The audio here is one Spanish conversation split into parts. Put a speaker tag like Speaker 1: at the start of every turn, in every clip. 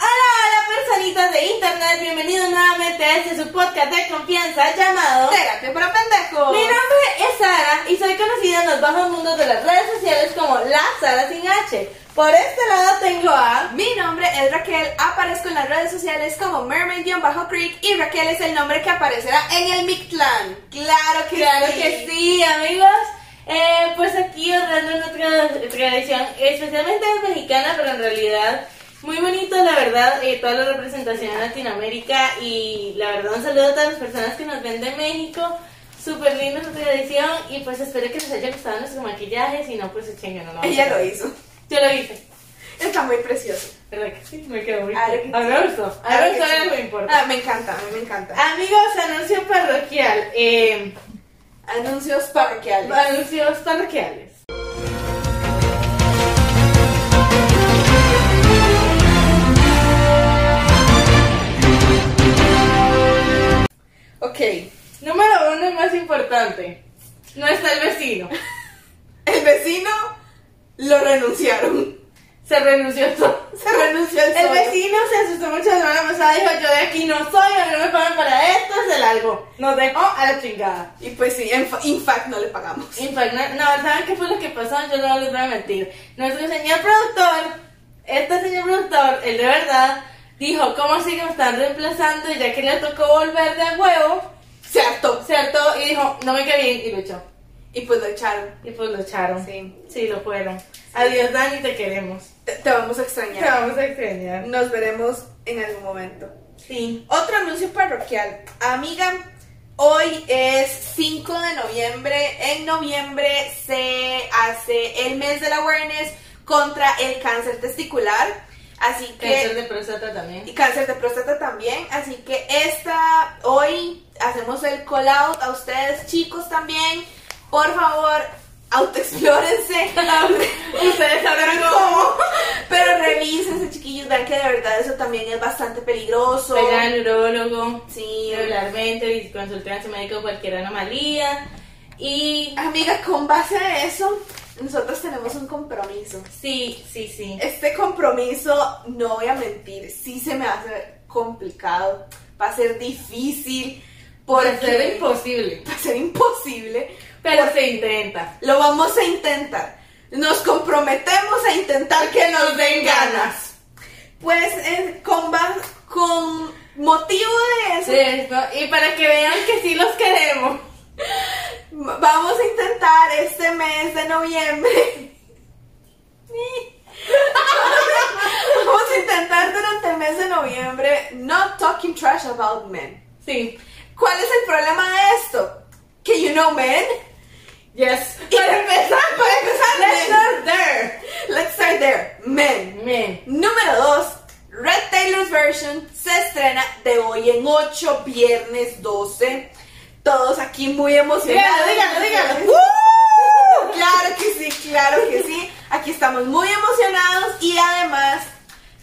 Speaker 1: Hola, hola, personitas de internet. Bienvenidos nuevamente a este su podcast de confianza llamado
Speaker 2: Espérate, pero pendejo.
Speaker 1: Mi nombre es Sara y soy conocida en los bajos mundos de las redes sociales como La Sara sin H. Por este lado tengo a.
Speaker 2: Mi nombre es Raquel, aparezco en las redes sociales como Mermaid-Creek y Raquel es el nombre que aparecerá en el Mictlán. Claro que
Speaker 1: Claro
Speaker 2: sí.
Speaker 1: que sí, amigos. Eh, pues aquí honrando en otra tradición, especialmente mexicana, pero en realidad muy bonito, la verdad, eh, toda la representación en Latinoamérica y la verdad un saludo a todas las personas que nos ven de México. Súper linda su tradición y pues espero que les haya gustado nuestro maquillaje, si no, pues echen que no lo
Speaker 2: Ella lo hizo.
Speaker 1: Yo lo hice.
Speaker 2: Está muy precioso.
Speaker 1: ¿Verdad que sí? Me quedó muy
Speaker 2: Ah,
Speaker 1: bien.
Speaker 2: que sí.
Speaker 1: A mí me gustó. A mí
Speaker 2: Claro que
Speaker 1: me gustó,
Speaker 2: sí.
Speaker 1: no me importa.
Speaker 2: Ah, me encanta, a mí me encanta.
Speaker 1: Amigos, anuncio parroquial. Eh,
Speaker 2: Anuncios parroquiales.
Speaker 1: anuncios parroquiales.
Speaker 2: Ok,
Speaker 1: Número uno y más importante. No está el vecino.
Speaker 2: el vecino lo renunciaron.
Speaker 1: Se renunció todo.
Speaker 2: Se renunció el
Speaker 1: El vecino se asustó mucho la semana pasada. Dijo: Yo de aquí no soy, a mí no me pagan para esto, se largo. Nos dejó a la chingada.
Speaker 2: Y pues sí, en fa- in fact no le pagamos.
Speaker 1: Infernal. No, ¿saben qué fue lo que pasó? Yo no les voy a mentir. Nuestro señor productor, este señor productor, el de verdad, dijo: ¿Cómo así que me están reemplazando? Y ya que le tocó volver de a huevo,
Speaker 2: Se hartó.
Speaker 1: se hartó y dijo: No me cae bien, y lo echó.
Speaker 2: Y pues lo echaron.
Speaker 1: Y pues lo echaron.
Speaker 2: Sí.
Speaker 1: Sí, lo fueron. Adiós, Dani, te queremos.
Speaker 2: Te, te vamos a
Speaker 1: Te
Speaker 2: extrañar.
Speaker 1: vamos a extrañar.
Speaker 2: Nos veremos en algún momento.
Speaker 1: Sí.
Speaker 2: Otro anuncio parroquial. Amiga, hoy es 5 de noviembre. En noviembre se hace el mes del awareness contra el cáncer testicular. Así que...
Speaker 1: Cáncer de próstata también.
Speaker 2: Y cáncer de próstata también. Así que esta, hoy hacemos el call out a ustedes chicos también. Por favor, autoexplórense.
Speaker 1: Ustedes sabrán
Speaker 2: ¿Cómo? Pero revísense chiquillos, vean que de verdad eso también es bastante peligroso.
Speaker 1: Vayan al urólogo
Speaker 2: Sí,
Speaker 1: regularmente y consulten a su médico cualquier anomalía. Y
Speaker 2: amiga, con base a eso, nosotros tenemos un compromiso.
Speaker 1: sí, sí, sí.
Speaker 2: Este compromiso, no voy a mentir, sí se me hace complicado, va a ser difícil,
Speaker 1: Por
Speaker 2: porque
Speaker 1: ser imposible.
Speaker 2: va a ser imposible,
Speaker 1: Pero se intenta.
Speaker 2: Lo vamos a intentar. Nos comprometemos a intentar que nos den ganas. Pues eh, con, ba- con motivo de eso,
Speaker 1: Sí, ¿no? Y para que vean que sí los queremos.
Speaker 2: m- vamos a intentar este mes de noviembre. vamos a intentar durante el mes de noviembre not talking trash about men.
Speaker 1: Sí.
Speaker 2: ¿Cuál es el problema de esto? Que you know men.
Speaker 1: Yes.
Speaker 2: Y para empezar, para empezar,
Speaker 1: Let's
Speaker 2: men.
Speaker 1: start there.
Speaker 2: Let's start there. Men.
Speaker 1: Men.
Speaker 2: Número 2, Red Taylor's Version se estrena de hoy en 8, viernes 12. Todos aquí muy emocionados.
Speaker 1: Dígalo, dígalo, dígalo.
Speaker 2: ¡Woo! Claro que sí, claro que sí. Aquí estamos muy emocionados y además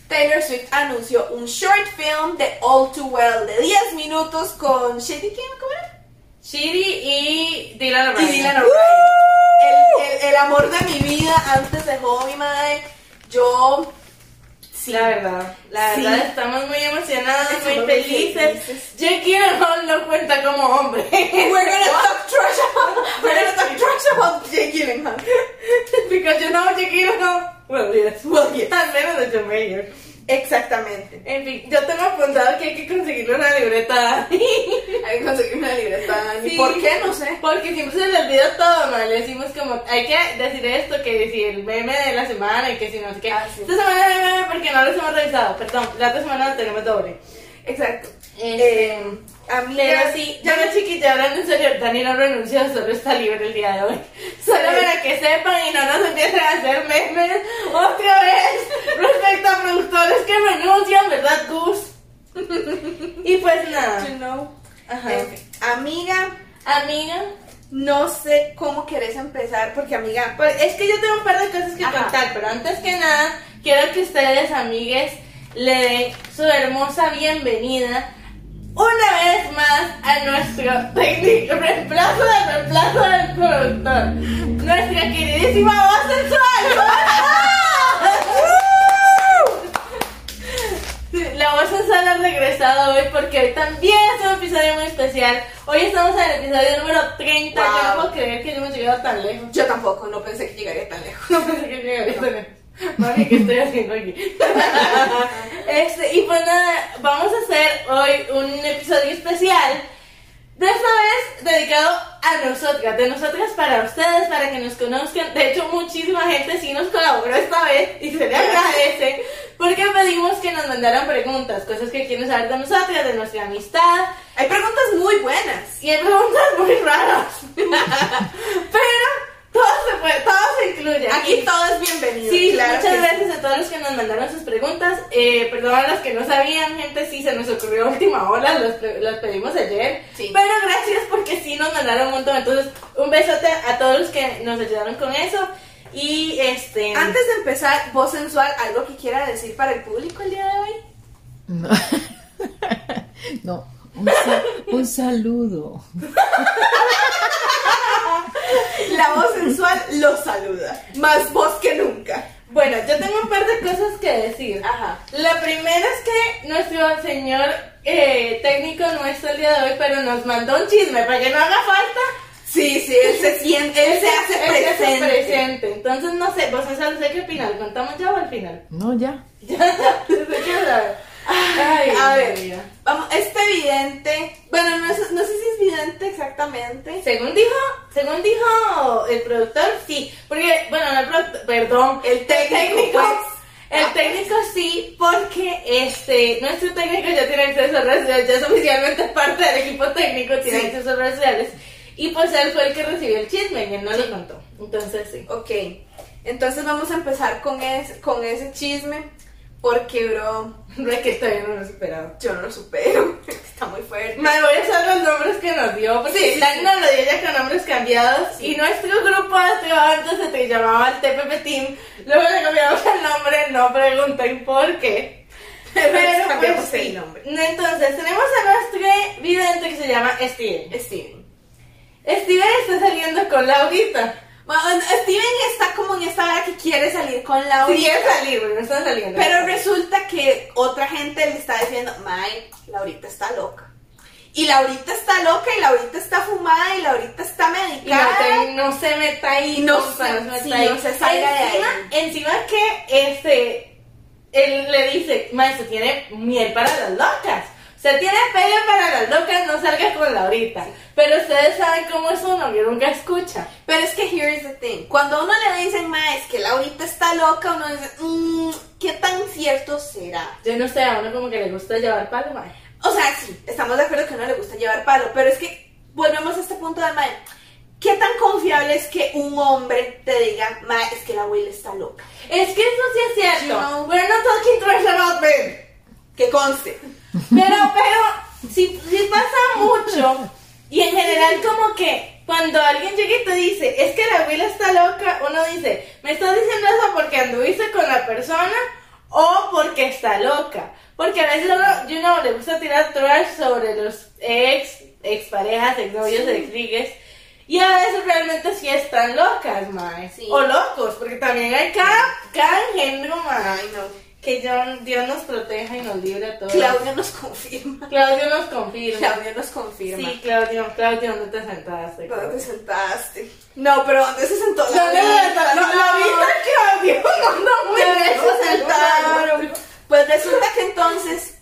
Speaker 2: Taylor Swift anunció un short film de All Too Well de 10 minutos con Shady Kim, ¿cómo era?
Speaker 1: Shiri y Dylan
Speaker 2: Y
Speaker 1: O'Brien.
Speaker 2: Dylan O'Brien. El, el- el amor de mi vida antes de Hobby Madre. Yo
Speaker 1: Sí. La verdad, la
Speaker 2: Sí.
Speaker 1: verdad estamos muy emocionados,
Speaker 2: Estamos
Speaker 1: muy
Speaker 2: muy
Speaker 1: felices.
Speaker 2: felices.
Speaker 1: Jackie Hall no cuenta como hombre.
Speaker 2: We're gonna talk trash about we're gonna talk trash about Jake Gyllenhaal.
Speaker 1: Because you know Jackie Hall. Well, yes.
Speaker 2: Well, yes.
Speaker 1: Al menos de John Mayer.
Speaker 2: Exactamente.
Speaker 1: En fin, yo tengo apuntado que hay que conseguirle una libreta.
Speaker 2: Hay que conseguir una libreta. ¿Y
Speaker 1: Sí.
Speaker 2: por qué? No sé.
Speaker 1: Porque siempre se le olvida todo, ¿no? Le decimos como, hay que decir esto, que decir el meme de la semana y que si no sé qué.
Speaker 2: Ah, sí.
Speaker 1: Esta semana no hay meme porque no los hemos revisado. Perdón, la otra semana tenemos doble.
Speaker 2: Exacto.
Speaker 1: Este,
Speaker 2: Eh, a mí
Speaker 1: pero
Speaker 2: ya-
Speaker 1: sí,
Speaker 2: ya
Speaker 1: ya
Speaker 2: me-
Speaker 1: la chiquita, hablando en serio, Dani no renunció, solo está libre el día de hoy. Solo para que sepan y no nos empiecen a hacer memes otra vez respecto a productores que renuncian, ¿verdad, Gus? y pues nada,
Speaker 2: you know.
Speaker 1: Ajá.
Speaker 2: En fin. Este, Amiga,
Speaker 1: amiga,
Speaker 2: no sé cómo querés empezar porque amiga,
Speaker 1: pues es que yo tengo un par de cosas que
Speaker 2: Ajá.
Speaker 1: contar, pero antes que nada, quiero que ustedes, amigues, le den su hermosa bienvenida una vez más a nuestro técnico reemplazo del reemplazo del productor, nuestra queridísima voz sensual. La voz sensual ha regresado hoy porque hoy también es un episodio muy especial. Hoy estamos en el episodio número 30. Yo no
Speaker 2: Wow.
Speaker 1: puedo creer que no hemos llegado tan lejos.
Speaker 2: yo tampoco, no pensé que llegaría tan lejos.
Speaker 1: No pensé que llegaría tan lejos. Mami, ¿qué estoy haciendo aquí? Este, y pues nada, vamos a hacer hoy un episodio especial. De esta vez dedicado a nosotras, de nosotras para ustedes, para que nos conozcan. De hecho, muchísima gente sí nos colaboró esta vez y se le agradece porque pedimos que nos mandaran preguntas, cosas que quieren saber de nosotras, de nuestra amistad,
Speaker 2: Hay preguntas muy buenas.
Speaker 1: y hay preguntas muy raras. Pero todo se puede, todo se incluye.
Speaker 2: Aquí todo es bienvenido.
Speaker 1: Sí,
Speaker 2: claro
Speaker 1: muchas
Speaker 2: que
Speaker 1: gracias a todos los que nos mandaron sus preguntas. Eh, perdón a los que no sabían, gente, sí se nos ocurrió a última hora, los, pe- los pedimos ayer.
Speaker 2: Sí.
Speaker 1: Pero gracias porque sí nos mandaron un montón. Entonces, un besote a todos los que nos ayudaron con eso. Y este.
Speaker 2: Antes de empezar, voz sensual, algo que quiera decir para el público el día de hoy.
Speaker 3: No. No. Un, sa- un saludo.
Speaker 2: La voz sensual los saluda. Más voz que nunca.
Speaker 1: Bueno, yo tengo un par de cosas que decir.
Speaker 2: Ajá.
Speaker 1: La primera es que nuestro señor eh, técnico no está el día de hoy, pero nos mandó un chisme para que no haga falta.
Speaker 2: Sí, sí, él se siente, él se hace
Speaker 1: Él se hace
Speaker 2: presente.
Speaker 1: presente. Entonces, no sé, pues, vos César, no sé qué final, contamos ya o al final.
Speaker 3: No, ya.
Speaker 1: Ya, ya, se queda. Ay,
Speaker 2: A ver,
Speaker 1: María.
Speaker 2: vamos, este vidente, bueno, no, es- no sé si es vidente exactamente.
Speaker 1: Según dijo, según dijo el productor, sí. Porque, bueno, no el productor, perdón,
Speaker 2: El técnico, pues.
Speaker 1: El técnico sí, porque este, nuestro técnico ya tiene acceso a redes sociales, ya es oficialmente parte del equipo técnico, tiene
Speaker 2: Sí.
Speaker 1: acceso a redes sociales. Y pues él fue el que recibió el chisme y él no lo contó. Entonces sí.
Speaker 2: pues. Ok, entonces vamos a empezar con, es, con ese chisme, porque, bro,
Speaker 1: No es que todavía no lo he superado.
Speaker 2: yo no lo supero, está muy fuerte.
Speaker 1: Me voy a usar los nombres que nos dio, Pues porque
Speaker 2: Sí, sí,
Speaker 1: Dani
Speaker 2: sí.
Speaker 1: nos lo dio ya con nombres cambiados. Y nuestro grupo de antes se te llamaba el TPP Team. Luego le cambiamos el nombre, no pregunten por qué.
Speaker 2: Pero les
Speaker 1: Pero
Speaker 2: cambiamos
Speaker 1: pues sí.
Speaker 2: el nombre.
Speaker 1: Entonces, tenemos a nuestro vidente que se llama Steven.
Speaker 2: Steven.
Speaker 1: Steven está saliendo con Laurita.
Speaker 2: Bueno, Steven está como en esta hora que quiere salir con Laura.
Speaker 1: Sí, quiere salir, pero no está saliendo.
Speaker 2: Pero resulta que otra gente le está diciendo, Mae, Laurita está loca. Y Laurita está loca, y Laurita está fumada, y Laurita está
Speaker 1: Y no,
Speaker 2: medicada.
Speaker 1: te- no se meta ahí,
Speaker 2: Y no
Speaker 1: compa,
Speaker 2: se-
Speaker 1: meta
Speaker 2: sí, no se salga de
Speaker 1: encima, Encima que este, él le dice, maestro, tiene miel para las locas. O sea, tiene pelo para las locas, no salgas con la ahorita. Pero ustedes saben cómo es uno, que nunca escucha.
Speaker 2: Pero es que here is the thing. Cuando a uno le dicen, Mae, es que Laurita está loca, uno dice, "Mm, ¿qué tan cierto será?
Speaker 1: Yo no sé, a uno como que le gusta llevar palo, mae.
Speaker 2: O sea, sí, estamos de acuerdo que a uno le gusta llevar palo, pero es que volvemos a este punto de Mae. ¿Qué tan confiable es que un hombre te diga, Mae, es que la abuela está loca?
Speaker 1: Es que eso sí es cierto.
Speaker 2: No.
Speaker 1: We're not talking trash about men.
Speaker 2: Que conste.
Speaker 1: Pero, pero, si, si pasa mucho, y en general como que cuando alguien llega y te dice, es que la abuela está loca, uno dice, me estás diciendo eso porque anduviste con la persona o porque está loca. Porque a veces uno, you know, le gusta tirar trash sobre los ex, exparejas, exnovios,
Speaker 2: Sí.
Speaker 1: exligues. Y a veces realmente sí están locas, mae.
Speaker 2: Sí.
Speaker 1: O locos, porque también hay cada, cada género, mae.
Speaker 2: Ay, no.
Speaker 1: Que Dios, Dios nos proteja y nos libre a todos.
Speaker 2: Claudio nos confirma.
Speaker 1: Claudio nos confirma.
Speaker 2: Claudio nos confirma.
Speaker 1: Sí, Claudio, Claudio, no te
Speaker 2: ¿Dónde te
Speaker 1: sentaste. Claudio?
Speaker 2: sentaste? No, pero ¿dónde se sentó la
Speaker 1: ¿Dónde
Speaker 2: abuela?
Speaker 1: se sentó? No, la vista,
Speaker 2: Claudio. No, no,
Speaker 1: me
Speaker 2: se
Speaker 1: sentaron.
Speaker 2: sentaron. Pues resulta que entonces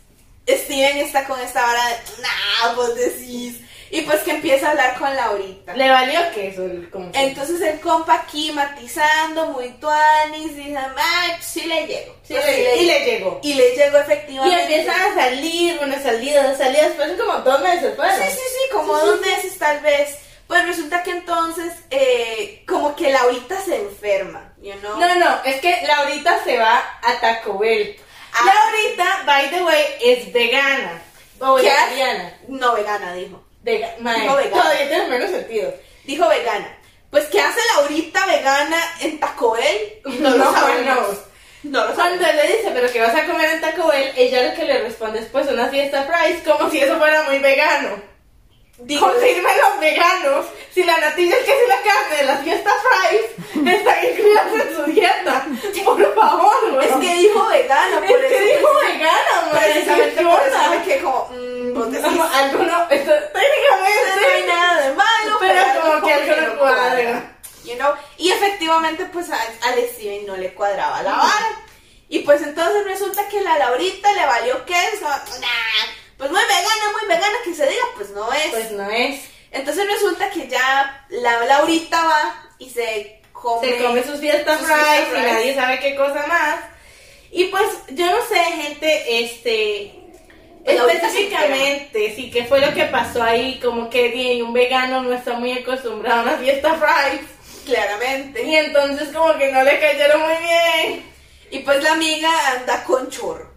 Speaker 2: Steven está con esta vara de, nah, vos decís. Y pues que empieza a hablar con Laurita.
Speaker 1: Le valió queso el concierto.
Speaker 2: Entonces el compa aquí matizando, muy tuanis, dice, ay, pues sí le llego.
Speaker 1: Sí,
Speaker 2: Pues
Speaker 1: le- y le llegó.
Speaker 2: Y le llegó
Speaker 1: Y
Speaker 2: efectivamente.
Speaker 1: empiezan a salir, bueno, salidas, salidas, pero como dos meses fueron.
Speaker 2: Sí, sí, sí, como dos meses tal vez. Pues resulta que entonces, eh, como que Laurita se enferma, you know?
Speaker 1: No, no, es que Laurita se va a Taco Bell.
Speaker 2: Ah.
Speaker 1: Laurita, by the way, es vegana. O
Speaker 2: ¿Qué?
Speaker 1: vegetariana.
Speaker 2: No vegana, dijo.
Speaker 1: Vega- mae,
Speaker 2: No vegana.
Speaker 1: Todavía tiene menos sentido.
Speaker 2: Dijo vegana. Pues, ¿qué hace Laurita vegana en Taco Bell?
Speaker 1: No lo sabemos.
Speaker 2: No lo
Speaker 1: Cuando
Speaker 2: sabemos.
Speaker 1: le dice, pero que vas a comer en Taco Bell, ella lo que le responde es pues una fiesta fries, como si eso fuera muy vegano.
Speaker 2: Dijo,
Speaker 1: Confirme los veganos, si la natilla es que es la carne de las fiestas fries, están incluidas en su dieta. Por favor, güey.
Speaker 2: es que dijo vegana, por
Speaker 1: Es que
Speaker 2: eso. pues,
Speaker 1: dijo vegana, güey.
Speaker 2: Precisamente
Speaker 1: ¿Qué
Speaker 2: por eso
Speaker 1: onda?
Speaker 2: me quedé como, mmm, vos decís,
Speaker 1: Como
Speaker 2: no
Speaker 1: alguno, esto, técnicamente,
Speaker 2: hay nada de malo,
Speaker 1: pero
Speaker 2: algo
Speaker 1: como que algo no cuadra.
Speaker 2: You know? Y efectivamente, pues a, a Steven no le cuadraba la vara. Y pues entonces resulta que la Laurita le valió queso. Nah, pues muy vegana, muy vegana que se diga, pues no es.
Speaker 1: Pues no es.
Speaker 2: entonces resulta que ya la Laurita va y se come.
Speaker 1: Se come sus fiestas
Speaker 2: Sus
Speaker 1: fries
Speaker 2: fiestas
Speaker 1: y
Speaker 2: fries.
Speaker 1: nadie sabe qué cosa más. Y pues, yo no sé, gente, este.
Speaker 2: Pues ahorita sí
Speaker 1: Específicamente, sí, que fue lo que pasó ahí, como que di, un vegano no está muy acostumbrado a una fiesta fries.
Speaker 2: claramente.
Speaker 1: Y entonces como que no le cayeron muy bien.
Speaker 2: Y pues la amiga anda con chorro.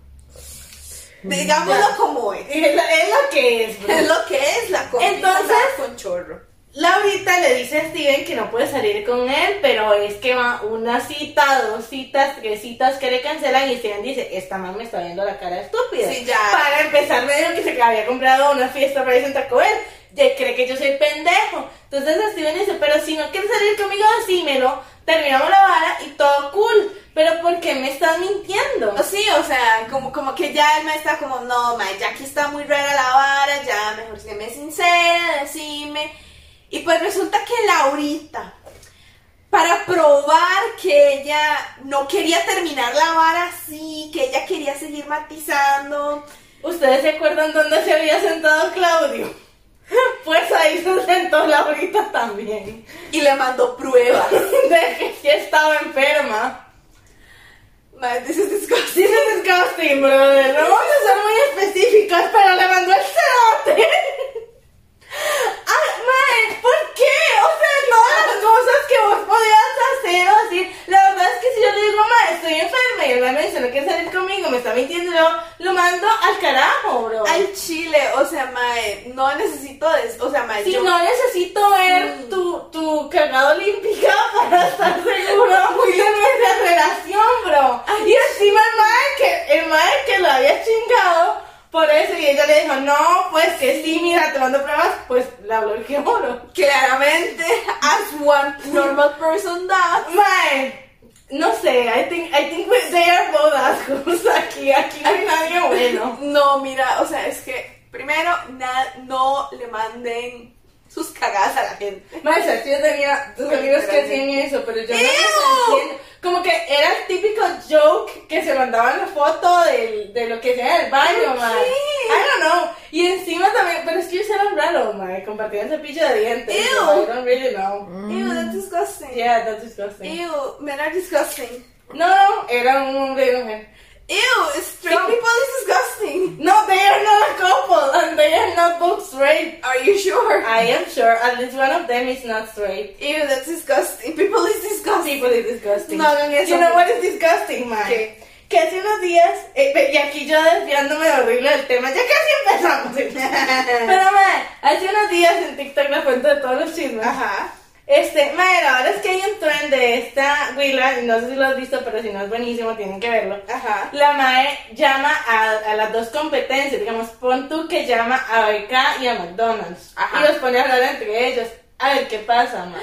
Speaker 2: Digámoslo como es.
Speaker 1: Y es, la- es lo que es, bro.
Speaker 2: Es lo que es la comida
Speaker 1: Entonces-
Speaker 2: anda con chorro.
Speaker 1: Laurita le dice a Steven que no puede salir con él, pero es que va una cita, dos citas, tres citas que le cancelan y Steven dice, esta man me está viendo la cara de estúpida.
Speaker 2: Sí, ya.
Speaker 1: Para empezar me dijo que se había comprado una fiesta para irse a Taco Bell, ya cree que yo soy pendejo. Entonces Steven dice, pero si no quieres salir conmigo, decímelo, terminamos la vara y todo cool, pero ¿por qué me estás mintiendo?
Speaker 2: O sí, o sea, como, como que ya el maestro está como, no, ma, ya aquí está muy rara la vara, ya mejor se me sincera, decime. Y pues resulta que Laurita, para probar que ella no quería terminar la vara así, que ella quería seguir matizando,
Speaker 1: ¿Ustedes se acuerdan dónde se había sentado Claudio? Pues ahí se sentó Laurita también.
Speaker 2: y le mandó pruebas.
Speaker 1: de que sí estaba enferma.
Speaker 2: Ma, this is
Speaker 1: Sí,
Speaker 2: disgusting.
Speaker 1: se disgusting, brother. No vamos a ser muy específicos, pero le mandó el cerote. Ah, mae, ¿por qué? O sea, todas las cosas que vos podías hacer o decir. La verdad es que si yo le digo, mae, estoy enferma y el mae me dice, no quiere salir conmigo, me está mintiendo, yo lo mando al carajo, bro.
Speaker 2: Al chile, o sea, mae, no necesito, des- o sea, mae,
Speaker 1: Si
Speaker 2: yo-
Speaker 1: no necesito ver tu, tu cagada olímpica para estar seguro de nuestra relación, bro. Y encima el madre que, el mae que lo había chingado por eso y ella le dijo, no, pues que sí, mira, te mando pruebas, pues la bloqueó, bro.
Speaker 2: claramente, as one normal person does.
Speaker 1: Mae, no sé, I think, I think we- they are both assholes aquí, aquí no hay nadie bueno.
Speaker 2: No, mira, o sea, es que primero, na- no le manden sus cagadas a la gente.
Speaker 1: Mae, o sea, yo tenía tus amigos que hacían eso, pero yo no
Speaker 2: ¡Ew!
Speaker 1: lo entiendo. Como que era el típico joke que se mandaban la foto del- de lo que sea del baño, mae. I don't know. Y encima también, pero es que ellos eran raros, mae. Compartían cepillo de dientes.
Speaker 2: ¡Ew!
Speaker 1: so I don't really know.
Speaker 2: Ew, that's disgusting.
Speaker 1: Yeah, that's disgusting.
Speaker 2: Ew, men are disgusting.
Speaker 1: No, no, era un hombre y una mujer.
Speaker 2: Ew, straight people is disgusting.
Speaker 1: No, they are not a couple and they are not both straight.
Speaker 2: Are you sure?
Speaker 1: I am sure at least one of them is not straight.
Speaker 2: Ew, that's disgusting. People is disgusting.
Speaker 1: People is disgusting.
Speaker 2: No hagan eso.
Speaker 1: You know what is disgusting, man?
Speaker 2: ¿Qué?
Speaker 1: Que hace unos días, eh, ve- y aquí yo desviándome horrible del tema, ya casi empezamos. Pero, man, hace unos días en TikTok la cuenta de todos los chismes.
Speaker 2: Ajá.
Speaker 1: Este, man, ahora es que hay un trend de esta Willa, y no sé si lo has visto, pero si no es buenísimo, tienen que verlo.
Speaker 2: Ajá.
Speaker 1: La MAE llama a, a las dos competencias, digamos, pon tú que llama a BK y a McDonald's.
Speaker 2: Ajá.
Speaker 1: Y los pone a hablar entre ellos. A ver qué pasa, man.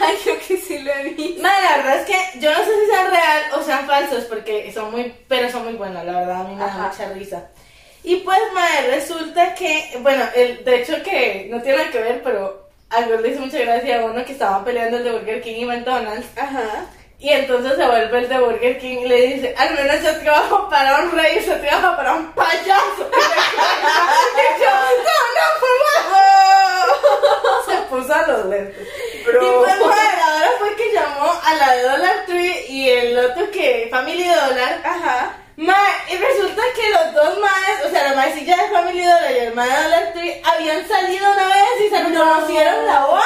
Speaker 2: Ay, yo que sí lo he visto.
Speaker 1: Madre, la verdad es que yo no sé si sean real o sean falsos, porque son muy, pero son muy buenos, la verdad, a mí me da
Speaker 2: Ajá.
Speaker 1: mucha risa. Y pues, madre, resulta que, bueno, el, de hecho que no tiene nada que ver, pero a Gord le hizo mucha gracia a uno que estaban peleando el de Burger King y McDonald's,
Speaker 2: Ajá.
Speaker 1: y entonces se vuelve el de Burger King y le dice, al menos yo trabajo para un rey, yo trabajo para un payaso. Y yo, no, no, fue malo. puso a los lentes.
Speaker 2: Bro.
Speaker 1: Y pues ahora fue que llamó a la de Dollar Tree y el otro que, Family Dollar.
Speaker 2: Ajá.
Speaker 1: Ma, y resulta que los dos madres, o sea, la maecilla de Family Dollar y el madre de Dollar Tree habían salido una vez y se reconocieron la voz.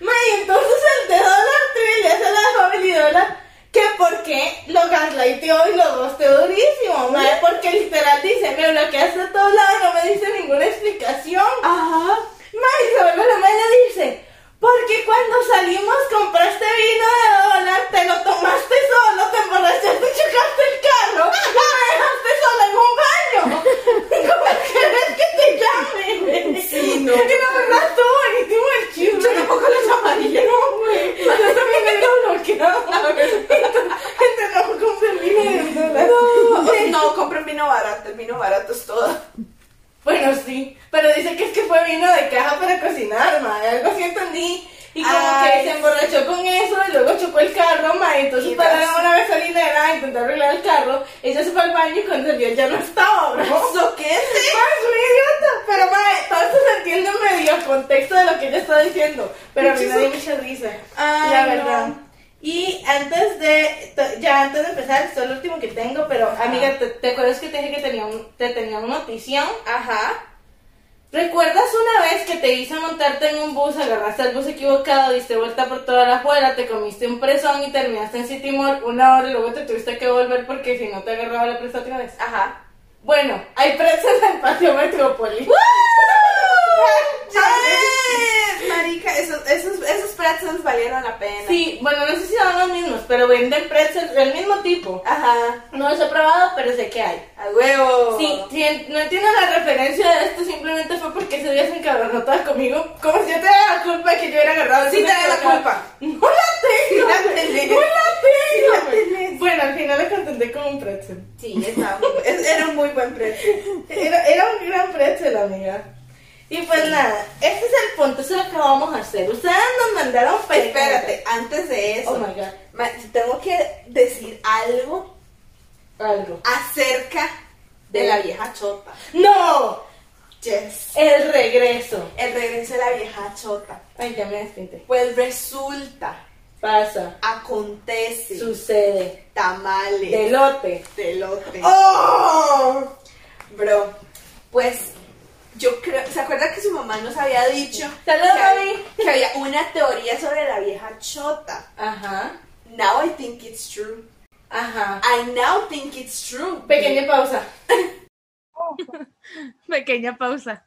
Speaker 1: Ma, y entonces el de Dollar Tree le hace a la de Family Dollar que por qué lo gaslightó y lo gosteó durísimo, ma, porque literal dice, me bloqueaste a todos lados y no me dice ninguna explicación.
Speaker 2: Ajá.
Speaker 1: Ma, y se vuelve la madre y dice, porque cuando salimos compraste vino de dólar, te lo tomaste solo, te emborrachaste y chocaste el carro, y me dejaste sola en un baño. ¿Cómo querés que te llame?
Speaker 2: Sí, no.
Speaker 1: Que la verdad estuvo buenísimo el chisme.
Speaker 2: Yo tampoco la llamaría.
Speaker 1: No, güey. Yo también me lo bloqueado. Gente, no compré vino de dólar.
Speaker 2: No, no, compren vino barato, el vino barato es todo.
Speaker 1: Bueno, sí, pero dice que es que fue vino de caja para cocinar, ma, algo así entendí. Y como
Speaker 2: Ay,
Speaker 1: que se emborrachó con eso y luego chocó el carro, ma, y entonces
Speaker 2: Y
Speaker 1: para
Speaker 2: vas.
Speaker 1: una vez salir a intentar arreglar el carro, ella se fue al baño y cuando vio ya no estaba, bro.
Speaker 2: ¿Eso qué
Speaker 1: Ma,
Speaker 2: es?
Speaker 1: es un idiota, pero ma, todo eso se entiende medio el contexto de lo que ella está diciendo, pero a mí me dio mucha risa,
Speaker 2: Ay,
Speaker 1: la verdad.
Speaker 2: no.
Speaker 1: Y antes de, to- ya antes de empezar, esto es lo último que tengo, pero amiga, ¿te, te acuerdas que te dije que tenía un- te tenía una notición?
Speaker 2: Ajá.
Speaker 1: ¿Recuerdas una vez que te hice montarte en un bus, agarraste el bus equivocado, diste vuelta por toda la afuera, te comiste un presón y terminaste en City Mall una hora y luego te tuviste que volver porque si no te agarraba la presa otra vez?
Speaker 2: Ajá.
Speaker 1: Bueno, hay presas en el patio Metrópoli.
Speaker 2: ¡Ay! Marica, esos, esos, esos pretzels valieron la pena.
Speaker 1: Sí, bueno, no sé si son los mismos, pero venden pretzels del mismo tipo.
Speaker 2: Ajá.
Speaker 1: No los he probado, pero sé que hay.
Speaker 2: A huevo.
Speaker 1: Sí, si en- no entiendo la referencia de esto, simplemente fue porque ese día se encabronó toda conmigo, como si yo tuviera la culpa de que yo hubiera agarrado el
Speaker 2: Sí,
Speaker 1: bus
Speaker 2: te da la
Speaker 1: equivocado.
Speaker 2: culpa.
Speaker 1: No la tengo.
Speaker 2: La tenés.
Speaker 1: No la
Speaker 2: Sí,
Speaker 1: tengo.
Speaker 2: la tenés.
Speaker 1: Bueno, al final la contenté con un pretzel.
Speaker 2: Sí, estaba muy bu- es- Era un muy buen pretzel.
Speaker 1: Era, era un gran pretzel, amiga. Y pues nada, este es el punto, eso es lo que vamos a hacer. Ustedes nos mandaron
Speaker 2: Pues Espérate, antes de eso,
Speaker 1: Oh my God.
Speaker 2: ma- tengo que decir algo
Speaker 1: Algo.
Speaker 2: acerca de la vieja chota.
Speaker 1: ¡No!
Speaker 2: Yes.
Speaker 1: El regreso.
Speaker 2: El regreso de la vieja chota.
Speaker 1: Ay, ya me despinté.
Speaker 2: Pues resulta,
Speaker 1: Pasa.
Speaker 2: acontece,
Speaker 1: Sucede.
Speaker 2: tamales,
Speaker 1: Delote.
Speaker 2: telote.
Speaker 1: ¡Oh!
Speaker 2: Bro, pues yo creo, ¿se acuerda que su mamá nos había dicho
Speaker 1: Saludos,
Speaker 2: que,
Speaker 1: mami.
Speaker 2: que había una teoría sobre la vieja chota?
Speaker 1: Ajá.
Speaker 2: Now I think it's true.
Speaker 1: Ajá.
Speaker 2: I now think it's true.
Speaker 1: Pequeña pausa. Pequeña pausa.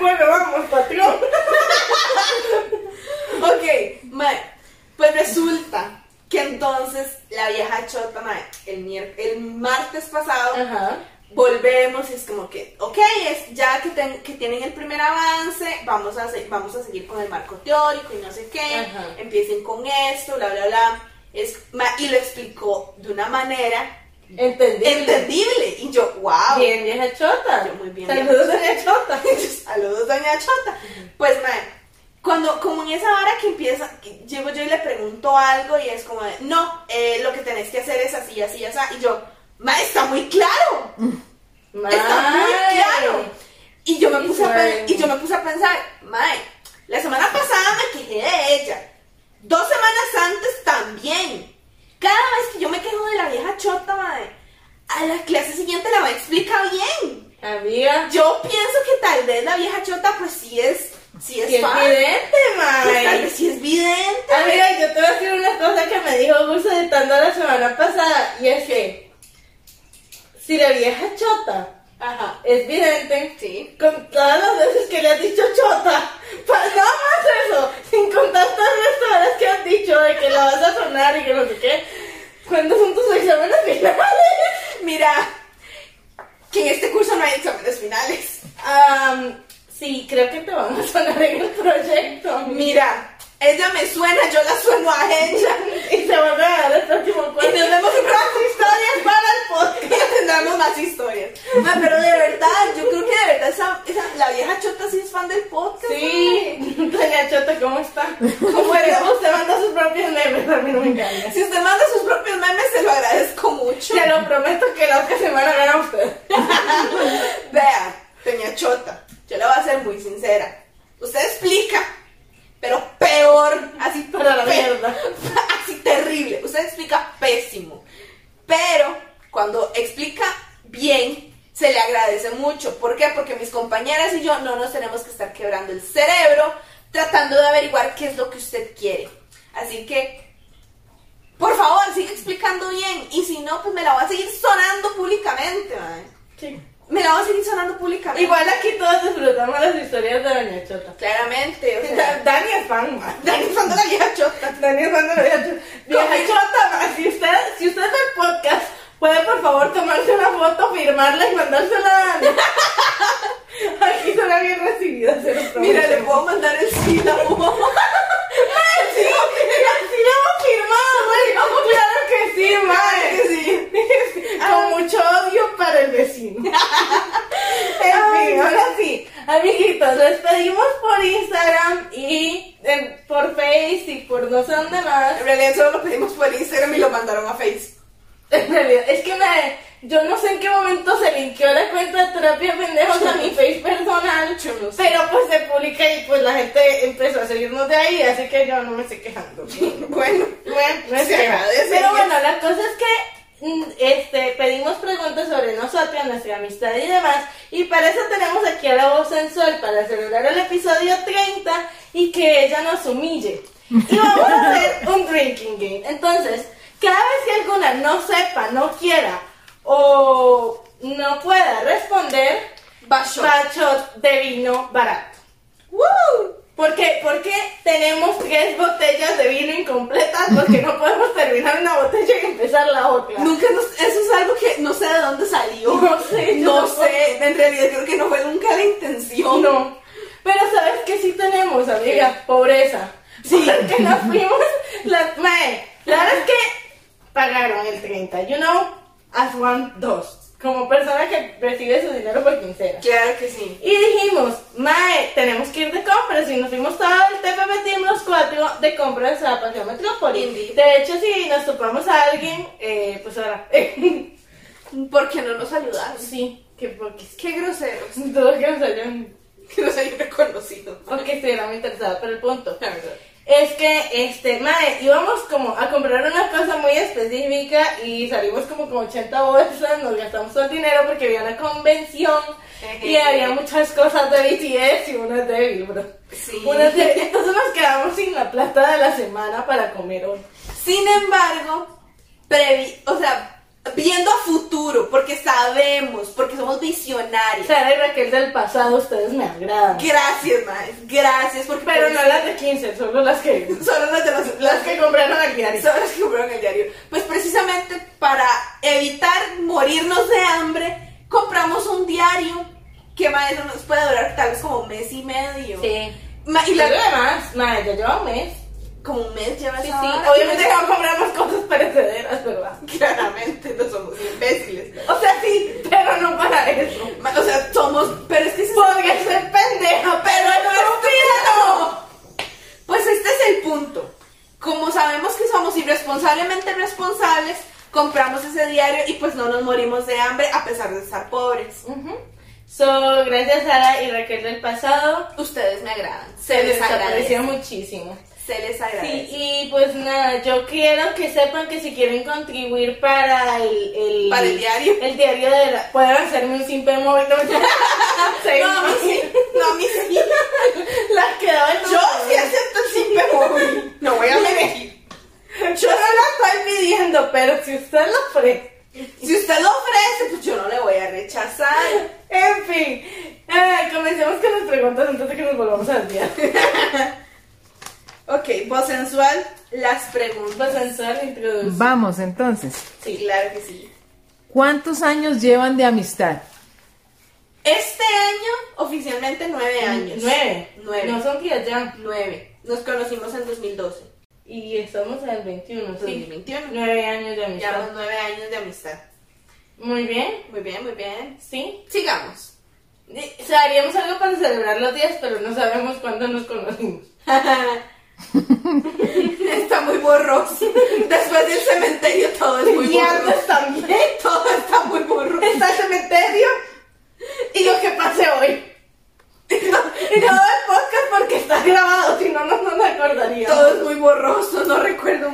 Speaker 1: Bueno, vamos, patrón.
Speaker 2: Ok, mae, pues resulta que entonces la vieja chota, mae, el, mier- el martes pasado
Speaker 1: Ajá.
Speaker 2: volvemos y es como que, ok, es ya que, ten- que tienen el primer avance, vamos a, se- vamos a seguir con el marco teórico y no sé qué,
Speaker 1: Ajá.
Speaker 2: empiecen con esto, bla, bla, bla. Es, ma- y lo explicó de una manera
Speaker 1: Entendí.
Speaker 2: entendible. Y yo, wow.
Speaker 1: Bien, vieja chota.
Speaker 2: Yo muy bien,
Speaker 1: Saludos, doña chota.
Speaker 2: Saludos, doña Chota. Pues, man, cuando, como en esa hora que empieza, que llego yo y le pregunto algo y es como, de, no, eh, lo que tenés que hacer es así, así, así. Y yo, ma, está muy claro. Está muy claro. Y yo me
Speaker 1: Sí,
Speaker 2: puse a, pe-
Speaker 1: sí.
Speaker 2: y yo me puse a pensar, mae, la semana pasada me quejé de ella. Dos semanas antes también. Cada vez que yo me quejo de la vieja chota, mae, a la clase siguiente la va explica bien.
Speaker 1: Amiga.
Speaker 2: Yo pienso que tal vez la vieja chota, pues sí es, sí es,
Speaker 1: Sí, es
Speaker 2: fan.
Speaker 1: evidente,
Speaker 2: Pues, tal
Speaker 1: May.
Speaker 2: vez sí es vidente.
Speaker 1: Amiga, yo te voy a decir una cosa que me dijo Gusto de Tando la semana pasada. Y es que. Si la vieja chota
Speaker 2: Ajá.
Speaker 1: es vidente.
Speaker 2: Sí.
Speaker 1: Con todas las veces que le has dicho chota. pa- nada más eso. Sin contar todas las horas que has dicho de que la vas a sonar y que no sé qué. ¿Cuándo son tus exámenes finales?
Speaker 2: Mira, que en este curso no hay exámenes finales.
Speaker 1: Am, sí, creo que te van a sonar en el proyecto.
Speaker 2: Mira, ella me suena, yo la sueno a ella.
Speaker 1: Y se van a dar el próximo
Speaker 2: Y nos
Speaker 1: cuarto.
Speaker 2: vemos en más historias para el podcast. Y tendremos más historias. Ma, pero de verdad, yo creo que de verdad esa, esa- la vieja chota sí es fan del podcast.
Speaker 1: Sí, doña Chota, ¿cómo está?
Speaker 2: ¿Cómo
Speaker 1: ¿Cómo
Speaker 2: eres?
Speaker 1: eres? Usted manda sus propios memes, a mí no me engañas.
Speaker 2: Si usted manda sus propios memes, se lo agradezco mucho.
Speaker 1: Te lo prometo que
Speaker 2: chota. Yo le voy a ser muy sincera. Usted explica, pero peor, así
Speaker 1: Para la
Speaker 2: pe-
Speaker 1: mierda.
Speaker 2: así terrible. Usted explica pésimo. Pero cuando explica bien, se le agradece mucho. ¿Por qué? Porque mis compañeras y yo no nos tenemos que estar quebrando el cerebro tratando de averiguar qué es lo que usted quiere. Así que, por favor, siga explicando bien. Y si no, pues me la voy a seguir sonando públicamente, mae.
Speaker 1: Sí.
Speaker 2: Me la voy a seguir sonando públicamente.
Speaker 1: Igual aquí todos disfrutamos las historias de Doña Chota.
Speaker 2: Claramente, o
Speaker 1: Da-
Speaker 2: sea,
Speaker 1: Dani es fan, ma.
Speaker 2: Dani es fan de la vieja chota.
Speaker 1: Dani es fan de la vieja chota. Vieja chota, ma. Si usted, si usted ve el podcast, puede por favor tomarse una foto, firmarla y mandársela a Dani. Aquí será bien recibida, se lo prometo.
Speaker 2: Mira, le puedo mandar el sílabo.
Speaker 1: Sí, mira, sí lo hemos firmado, güey. Claro que Ah. sí, madre. Con mucho odio para el vecino. En fin, ahora sí. Amiguitos, les pedimos por Instagram y eh, por Face y por no sé dónde más.
Speaker 2: En realidad solo lo pedimos por Instagram y lo mandaron a Facebook.
Speaker 1: En realidad, es que me, yo no sé en qué momento se linkeó la cuenta de terapia pendejos a mi face personal,
Speaker 2: Yo no sé.
Speaker 1: pero pues se publica y pues la gente empezó a seguirnos de ahí, así que yo no me estoy quejando.
Speaker 2: Bueno,
Speaker 1: Bueno, no es
Speaker 2: Se
Speaker 1: tema.
Speaker 2: agradece.
Speaker 1: Pero bueno, la cosa es que mm, este, pedimos preguntas sobre nosotros, nuestra amistad y demás. Y para eso tenemos aquí a la voz sensual para celebrar el episodio 30 y que ella nos humille. Y vamos a hacer un drinking game. Entonces, cada vez que alguna no sepa, no quiera o no pueda responder,
Speaker 2: Basho.
Speaker 1: bachot de vino barato.
Speaker 2: ¡Woo!
Speaker 1: Porque, porque tenemos tres botellas de vino incompletas porque no podemos terminar una botella y empezar la otra.
Speaker 2: Nunca nos, eso es algo que no sé de dónde salió.
Speaker 1: No sé, yo
Speaker 2: no
Speaker 1: tampoco.
Speaker 2: sé. En realidad creo que no fue nunca la intención.
Speaker 1: No. Pero sabes que sí tenemos, amiga, pobreza. Sí, que nos fuimos las mae. La verdad es que pagaron el 30, you know, as one dos, como persona que recibe su dinero por quincena.
Speaker 2: Claro que sí.
Speaker 1: Y dijimos, Mae, tenemos que ir de compras. Y nos fuimos todo el TPP Team los cuatro de compras a Paseo Metrópoli.
Speaker 2: Indeed.
Speaker 1: De hecho, si nos topamos a alguien, eh, pues ahora.
Speaker 2: Porque no nos saludaron.
Speaker 1: sí, que porque
Speaker 2: Qué groseros.
Speaker 1: dudo que nos hayan.
Speaker 2: Que nos hayan reconocido.
Speaker 1: o que estuvieran interesados por el punto.
Speaker 2: La verdad.
Speaker 1: Es que, este, Mae, íbamos como a comprar una cosa muy específica y salimos como con 80 bolsas. Nos gastamos todo el dinero porque había una convención y había muchas cosas de BTS y unas de Vibro.
Speaker 2: Sí.
Speaker 1: Una serie. Entonces nos quedamos sin la plata de la semana para comer hoy.
Speaker 2: Sin embargo, previ o sea, viendo a futuro, porque sabemos, porque somos visionarios.
Speaker 1: Sara y Raquel del pasado, ustedes me agradan.
Speaker 2: Gracias, Maes. Gracias. Porque
Speaker 1: Pero no las de 15, solo las que,
Speaker 2: Solo las de los-
Speaker 1: las que compraron al diario.
Speaker 2: Son las que compraron el diario. Pues precisamente para evitar morirnos de hambre, compramos un diario que maestro nos puede durar tal vez como un mes y medio. Ma-
Speaker 1: Y
Speaker 2: y
Speaker 1: lo
Speaker 2: la-
Speaker 1: demás, madre, ya lleva un mes.
Speaker 2: como un mes lleva
Speaker 1: Sí,
Speaker 2: esa
Speaker 1: sí.
Speaker 2: vara.
Speaker 1: Obviamente no compramos cosas perecederas, ¿verdad?
Speaker 2: Claramente no somos imbéciles.
Speaker 1: O sea, sí, pero no para eso.
Speaker 2: Ma- O sea, somos, pero es que se-
Speaker 1: Porque soy pendeja, pero no
Speaker 2: ¡Estúpido! Pues este es el punto. Como sabemos que somos irresponsablemente responsables, compramos ese diario y pues no nos morimos de hambre a pesar de estar pobres.
Speaker 1: Ujú. So, gracias Sara y Raquel del pasado.
Speaker 2: Ustedes me agradan. Se
Speaker 1: Se
Speaker 2: les
Speaker 1: les
Speaker 2: agradece.
Speaker 1: aprecia muchísimo.
Speaker 2: Se les
Speaker 1: Sí,
Speaker 2: agradece.
Speaker 1: y pues nada, yo quiero que sepan que si quieren contribuir para el, el,
Speaker 2: Para el diario.
Speaker 1: el diario de la, pueden hacerme un simple móvil. No, Sí,
Speaker 2: No, a mí sí. No, a mí sí.
Speaker 1: las quedaba en
Speaker 2: Yo sí acepto el simple móvil. No voy a mentir.
Speaker 1: yo no la estoy pidiendo, pero si usted lo ofrece.
Speaker 2: Si usted lo ofrece, pues yo no le voy a rechazar.
Speaker 1: En fin, ah, comencemos con las preguntas antes de que nos volvamos al día.
Speaker 2: Ok, voz sensual, las preguntas.
Speaker 1: Vas a entrar, introduce.
Speaker 3: Vamos entonces.
Speaker 2: Sí, claro que sí.
Speaker 3: ¿Cuántos años llevan de amistad?
Speaker 2: Este año, oficialmente nueve años.
Speaker 1: Mm, Nueve.
Speaker 2: Nueve.
Speaker 1: No son días ya.
Speaker 2: Nueve. Nos conocimos en 2012.
Speaker 1: Y estamos al 21. son
Speaker 2: 2021.
Speaker 1: Nueve años de amistad.
Speaker 2: Llevamos nueve años de amistad.
Speaker 1: Muy bien,
Speaker 2: Muy bien, muy bien.
Speaker 1: sí.
Speaker 2: Sigamos.
Speaker 1: Eh, O sea, haríamos algo para celebrar los días, pero no sabemos cuándo nos conocimos.
Speaker 2: Está muy borroso. Después del cementerio todo es muy
Speaker 1: Y antes
Speaker 2: borroso.
Speaker 1: también.
Speaker 2: Todo está muy borroso.
Speaker 1: Está el cementerio y lo que pase hoy.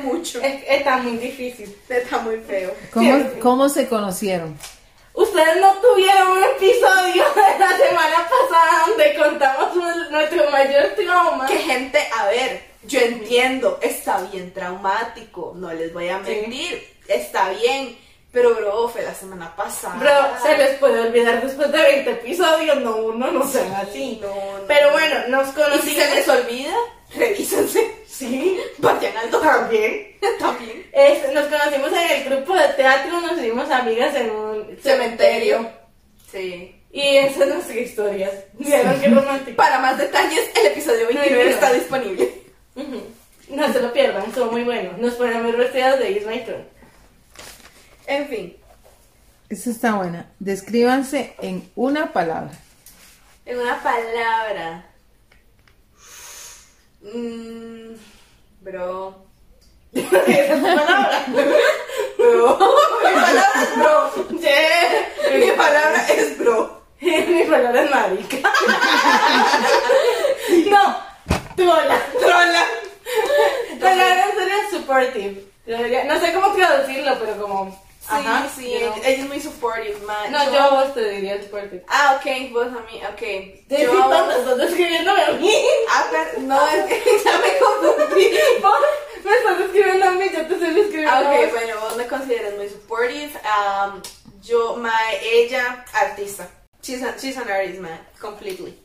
Speaker 2: mucho.
Speaker 1: Es- está muy difícil.
Speaker 2: Está muy feo.
Speaker 3: ¿Cómo,
Speaker 1: Sí.
Speaker 3: cómo se conocieron?
Speaker 1: Ustedes no tuvieron un episodio de la semana pasada donde contamos un- nuestro mayor trauma.
Speaker 2: Que gente, a ver, yo entiendo, está bien traumático, no les voy a
Speaker 1: Sí.
Speaker 2: mentir, está bien, pero bro, fue la semana pasada.
Speaker 1: Bro, se les puede olvidar después de 20 episodios, no uno no sea así.
Speaker 2: no, no.
Speaker 1: Pero bueno, nos
Speaker 2: Y si se
Speaker 1: conocimos.
Speaker 2: les olvida, revísense.
Speaker 1: Sí,
Speaker 2: Vayan al doctor.
Speaker 1: también.
Speaker 2: También.
Speaker 1: Es- nos conocimos en el grupo de teatro, nos hicimos amigas en un cementerio.
Speaker 2: Sí.
Speaker 1: Y esa es nuestra historia. Vieron qué romántico.
Speaker 2: Para más detalles, el episodio 29
Speaker 1: Primero.
Speaker 2: está disponible.
Speaker 1: Ujú. No se lo pierdan, estuvo muy bueno. Nos pueden ver vestidas de Is My Throne.
Speaker 2: En fin,
Speaker 3: Esa está buena. Descríbanse en una palabra.
Speaker 2: en una palabra. Mm, bro.
Speaker 1: Esa es la palabra.
Speaker 2: Bro. Mi palabra es bro.
Speaker 1: Yeah.
Speaker 2: Mi palabra es bro.
Speaker 1: Mi palabra es marica. no, trola.
Speaker 2: Trola.
Speaker 1: Palabra sería supportive. Debería- No sé cómo traducirlo, pero como.
Speaker 2: Sí,
Speaker 1: ajá,
Speaker 2: sí,
Speaker 1: you know.
Speaker 2: ella es muy supportive, man.
Speaker 1: No, yo a vos te diría supportive.
Speaker 2: Ah, ok, vos a mí, ok.
Speaker 1: Te
Speaker 2: Yo-
Speaker 1: tonto, estás describiéndome a mí.
Speaker 2: Ah, pero- no, es que ya me confundí.
Speaker 1: Vos me estás describiendo a mí, yo te estoy describiendo.
Speaker 2: Ah,
Speaker 1: a
Speaker 2: ok,
Speaker 1: vos.
Speaker 2: bueno, vos me consideras muy supportive. Um, yo, my, ella, artista. She's, a- she's an artist, man, completely.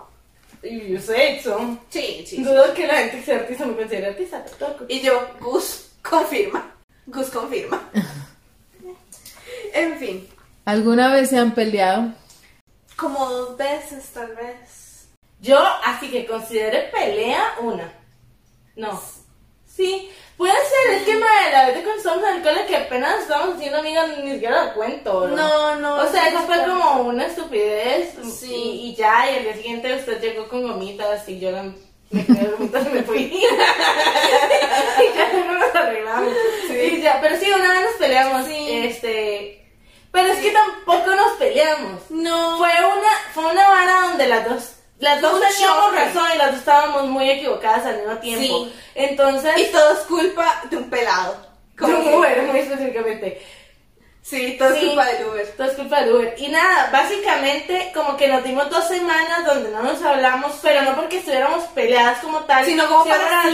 Speaker 1: Y yo sé eso.
Speaker 2: Sí, sí.
Speaker 1: Dudo que la gente que sea artista me considere artista, tampoco.
Speaker 2: Y yo, Gus, confirma. Gus confirma. en fin,
Speaker 3: ¿Alguna vez se han peleado?
Speaker 2: como dos veces tal vez.
Speaker 1: Yo, así que considere pelea una. No. Sí, puede ser, es que madre, la vez que estábamos en el cole que apenas estábamos haciendo amigas, ni siquiera la cuento.
Speaker 2: No, no,
Speaker 1: O sea,
Speaker 2: sí,
Speaker 1: eso fue
Speaker 2: no.
Speaker 1: como una estupidez.
Speaker 2: Sí.
Speaker 1: Y, y ya, y el día siguiente usted llegó con gomitas y yo la, me quedé gomitas y me fui. y ya no nos arreglamos. Y ya, pero sí, una vez nos peleamos.
Speaker 2: Sí.
Speaker 1: Este. Pero es que tampoco nos peleamos.
Speaker 2: No.
Speaker 1: Fue una, fue una vara donde las dos, las dos
Speaker 2: Un
Speaker 1: teníamos
Speaker 2: choque.
Speaker 1: razón y las dos estábamos muy equivocadas al mismo tiempo.
Speaker 2: Sí. Y
Speaker 1: Entonces,
Speaker 2: todo es culpa de un pelado.
Speaker 1: como
Speaker 2: que-
Speaker 1: Uber, muy específicamente.
Speaker 2: Sí, todo es
Speaker 1: Sí.
Speaker 2: culpa del Uber.
Speaker 1: Todo es culpa de Uber. Y nada, básicamente como que nos dimos dos semanas donde no nos hablamos, pero no porque estuviéramos peleadas como tal,
Speaker 2: Sino como para asimilar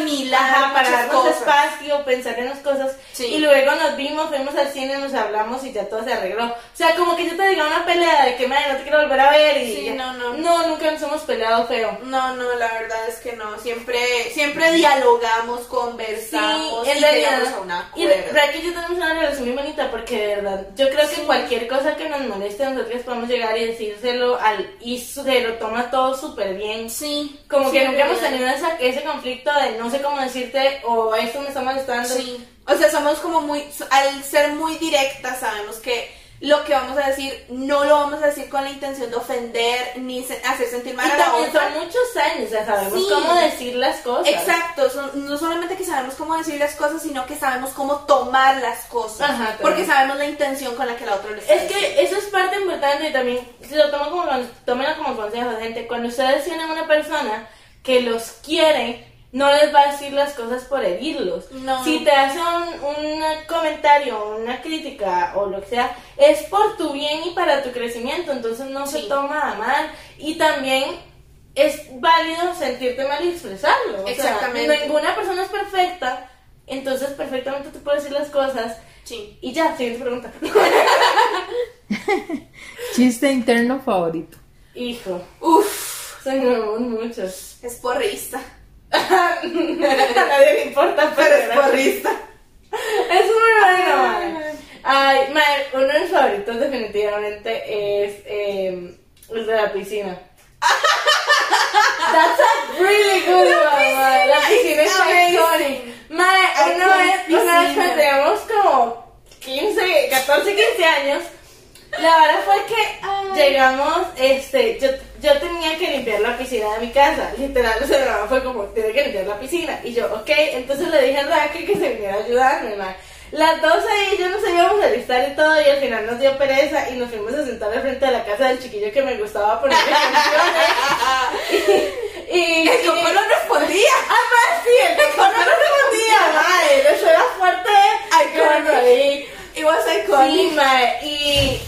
Speaker 1: asimilar, para
Speaker 2: muchas
Speaker 1: darnos
Speaker 2: cosas.
Speaker 1: espacio, pensar en las cosas.
Speaker 2: Sí.
Speaker 1: Y luego nos vimos, fuimos al cine, nos hablamos y ya todo se arregló. O sea, como que yo te diga una pelea de que madre, no te quiero volver a ver y
Speaker 2: Sí,
Speaker 1: ya.
Speaker 2: no, no.
Speaker 1: no, nunca nos hemos peleado feo.
Speaker 2: No, no, la verdad es que no. Siempre, siempre dialogamos,
Speaker 1: Sí,
Speaker 2: conversamos y
Speaker 1: en
Speaker 2: llegamos
Speaker 1: realidad.
Speaker 2: a una
Speaker 1: Y
Speaker 2: acuerdo.
Speaker 1: de verdad que yo tenemos una relación muy bonita porque de verdad, yo creo que cualquier cosa que nos moleste, nosotros podemos llegar y decírselo al y su- se lo toma todo súper bien.
Speaker 2: Sí.
Speaker 1: Como
Speaker 2: Sí,
Speaker 1: que nunca
Speaker 2: en
Speaker 1: hemos
Speaker 2: realidad.
Speaker 1: tenido esa- ese conflicto de no sé cómo decirte o esto me está molestando.
Speaker 2: Sí. O sea, somos como muy, al ser muy directas, sabemos que lo que vamos a decir no lo vamos a decir con la intención de ofender ni se- hacer sentir mal
Speaker 1: Y
Speaker 2: a la
Speaker 1: también
Speaker 2: otra.
Speaker 1: son muchos años, ya sabemos
Speaker 2: Sí.
Speaker 1: cómo decir las cosas.
Speaker 2: Exacto, son- no solamente que sabemos cómo decir las cosas, sino que sabemos cómo tomar las cosas.
Speaker 1: Ajá, también.
Speaker 2: porque sabemos la intención con la que la otra lo está
Speaker 1: Es que eso es parte importante y también se lo tomo como, con- tómenlo como consejo, gente. Cuando ustedes tienen una persona que los quiere, no les va a decir las cosas por herirlos.
Speaker 2: No.
Speaker 1: Si te hace un, un comentario, una crítica o lo que sea, es por tu bien y para tu crecimiento, entonces no se
Speaker 2: Sí.
Speaker 1: toma a mal. Y también es válido sentirte mal y expresarlo. O sea,
Speaker 2: Exactamente.
Speaker 1: ninguna persona es perfecta, entonces perfectamente te puedes decir las cosas.
Speaker 2: Sí.
Speaker 1: Y ya, siguiente pregunta.
Speaker 3: Chiste interno favorito.
Speaker 1: Hijo.
Speaker 2: Uf,
Speaker 1: Sangramos muchos.
Speaker 2: es porrista.
Speaker 1: a nadie le importa, pues,
Speaker 2: Pero es
Speaker 1: era-
Speaker 2: porrista.
Speaker 1: Es muy bueno. mae. Ay, mae, uno de mis favoritos definitivamente es eh, el de la piscina. That's a really good one, mae. La piscina
Speaker 2: is
Speaker 1: es
Speaker 2: amazing.
Speaker 1: iconic. Mae, una
Speaker 2: Iconic
Speaker 1: vez, una vez
Speaker 2: piscina.
Speaker 1: cuando teníamos como 15, 14, 15 años, la verdad fue que llegamos, este, yo, yo tenía que limpiar la piscina de mi casa. Literal, ese programa fue como, tiene que limpiar la piscina. Y yo, ok, entonces le dije a Raquel que se viniera a ayudarme, ma. Las dos ahí, yo nos íbamos a listar y todo, y al final nos dio pereza y nos fuimos a sentar al frente de la casa del chiquillo que me gustaba poner canciones. y, y,
Speaker 2: El coco no respondía.
Speaker 1: Ah, ma, sí, el coco no respondía, madre, eso era fuerte Sí, mae, y,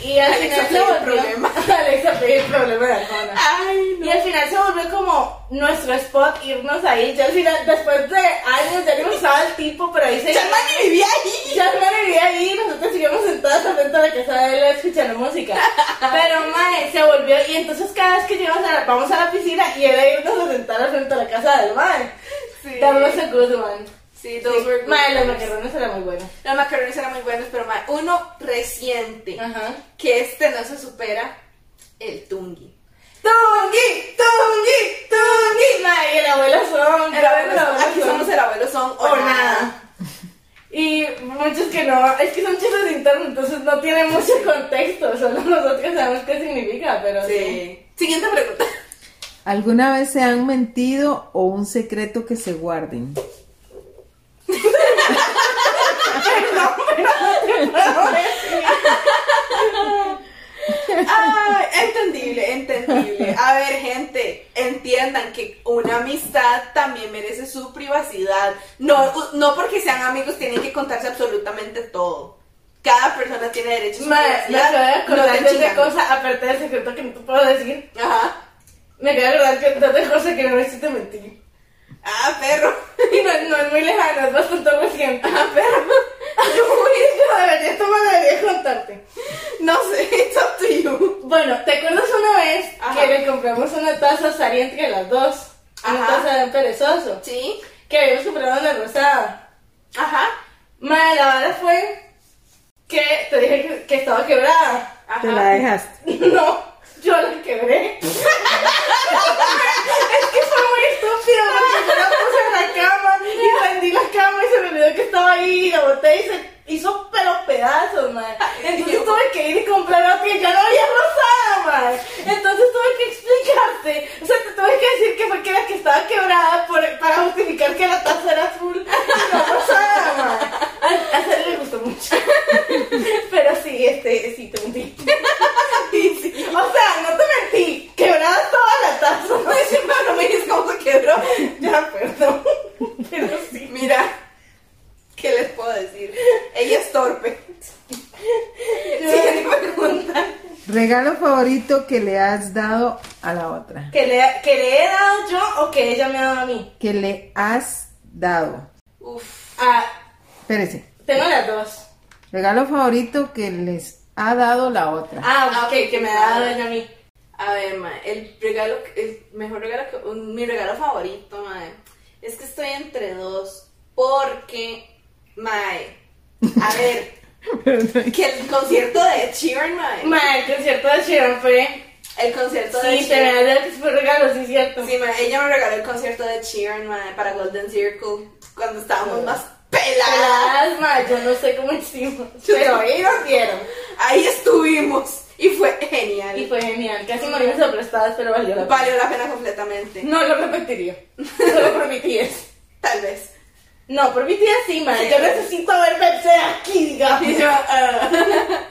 Speaker 1: y al
Speaker 2: Alexa fue
Speaker 1: final se
Speaker 2: el
Speaker 1: volvió-
Speaker 2: problema. Ah,
Speaker 1: Alexa fue el problema de Arjona.
Speaker 2: Ay,
Speaker 1: Y al final se volvió como nuestro spot irnos ahí. Ya al final, después de años, ya que nos usaba el tipo, pero ahí se.
Speaker 2: Charmani vivía ahí.
Speaker 1: Ya me vivía ahí, nosotros seguíamos sentadas al frente de la casa de él escuchando música. Pero mae, se volvió y entonces cada vez que llegamos a la, vamos a la piscina y era irnos a sentar al frente de la casa del mae.
Speaker 2: Sí.
Speaker 1: Darnos el cruz, man.
Speaker 2: Sí, those were good
Speaker 1: Mae, los
Speaker 2: times.
Speaker 1: macarrones eran muy buenos.
Speaker 2: Los macarrones eran muy buenos, pero mae, uno reciente
Speaker 1: Ajá.
Speaker 2: que este no se supera, el tungi.
Speaker 1: ¡Tungi! ¡Tungi! ¡Tungi! Mae, y el abuelo son.
Speaker 2: El abuelo
Speaker 1: son-
Speaker 2: aquí somos el abuelo son o,
Speaker 1: o nada. Y muchos que no, es que son chistes internos, entonces no tienen mucho contexto, solo nosotros sabemos qué significa, pero sí.
Speaker 2: Sí. Siguiente pregunta.
Speaker 3: ¿Alguna vez se han mentido o un secreto que se guarden?
Speaker 2: Ay, entendible, entendible. A ver, gente, entiendan que una amistad también merece su privacidad. No, no porque sean amigos tienen que contarse absolutamente todo. Cada persona tiene derecho a su
Speaker 1: Madre, me acabo de
Speaker 2: privacidad.
Speaker 1: acordar
Speaker 2: te
Speaker 1: de una
Speaker 2: chingan.
Speaker 1: cosa, aparte del secreto que no te puedo decir,
Speaker 2: Ajá.
Speaker 1: me acabo de acordar que de otra cosa que no necesito mentir.
Speaker 2: Ah, perro.
Speaker 1: Y no, no es muy lejano, es bastante reciente.
Speaker 2: Ah, perro.
Speaker 1: Yo debería, esto me debería contarte.
Speaker 2: No sé, it's up to you.
Speaker 1: Bueno, ¿te acuerdas una vez
Speaker 2: Ajá.
Speaker 1: que le compramos una taza Sari entre las dos? Una
Speaker 2: Ajá.
Speaker 1: taza de un perezoso.
Speaker 2: ¿Sí?
Speaker 1: Que habíamos comprado una rosada.
Speaker 2: Ajá.
Speaker 1: Madre, la verdad fue que te dije que, que estaba quebrada.
Speaker 2: Ajá.
Speaker 3: Te la dejaste.
Speaker 1: No, yo la quebré. es que fue muy estúpido porque yo la puse en la cama y prendí la cama y se me olvidó que estaba ahí y la boté y se hizo pero pedazos, madre. Entonces tuve que ir y comprar otra y ya no había rosada, madre. Entonces tuve que explicarte. O sea, te tuve que decir que fue que la que estaba quebrada por- para justificar que la taza era azul y no rosada, madre. A, a Sara le gustó mucho. Pero sí, este, sí, te hundí. Sí, sí. O sea, no te mentí. Quebrada toda la taza.
Speaker 2: No me dices, no me dices cómo se quebró.
Speaker 1: Ya, perdón. Pero sí.
Speaker 2: Mira, ¿qué les puedo decir? Ella es torpe. Siguiente pregunta.
Speaker 3: ¿Regalo favorito que le has dado a la otra?
Speaker 1: ¿Que le, que le he dado yo o que ella me ha dado a mí?
Speaker 3: Que le has dado.
Speaker 2: Uf.
Speaker 1: Ah,
Speaker 3: Espérese.
Speaker 1: tengo las dos.
Speaker 3: Regalo favorito que les ha dado la otra.
Speaker 1: Ah,
Speaker 2: Ah,
Speaker 1: ok,
Speaker 2: ok.
Speaker 1: que me ha dado ella a mí.
Speaker 2: A ver, ma, el regalo, que- el mejor regalo, que, un- mi regalo favorito, mae, es que estoy entre dos, porque, mae, a ver, que el concierto de Sheeran, mae,
Speaker 1: Ma, el concierto de Sharon fue.
Speaker 2: el concierto de
Speaker 1: Sí, te me
Speaker 2: Sheeran,
Speaker 1: ha dado que fue regalo, sí, cierto.
Speaker 2: sí, mae, ella me regaló el concierto de Sheeran, mae, para Golden Circle, cuando estábamos más peladas,
Speaker 1: Peladas, ma, yo no sé cómo hicimos.
Speaker 2: Yo
Speaker 1: Pero
Speaker 2: tampoco.
Speaker 1: ellos vieron.
Speaker 2: ahí estuvimos, y fue genial,
Speaker 1: Y fue genial. Casi morimos aplastadas, pero valió la pena.
Speaker 2: valió la pena completamente,
Speaker 1: No lo repetiría. Solo por mi tía.
Speaker 2: tal vez.
Speaker 1: No, por mi tía sí, madre. Yo necesito ver verse aquí, digamos.
Speaker 2: Y yo, ah,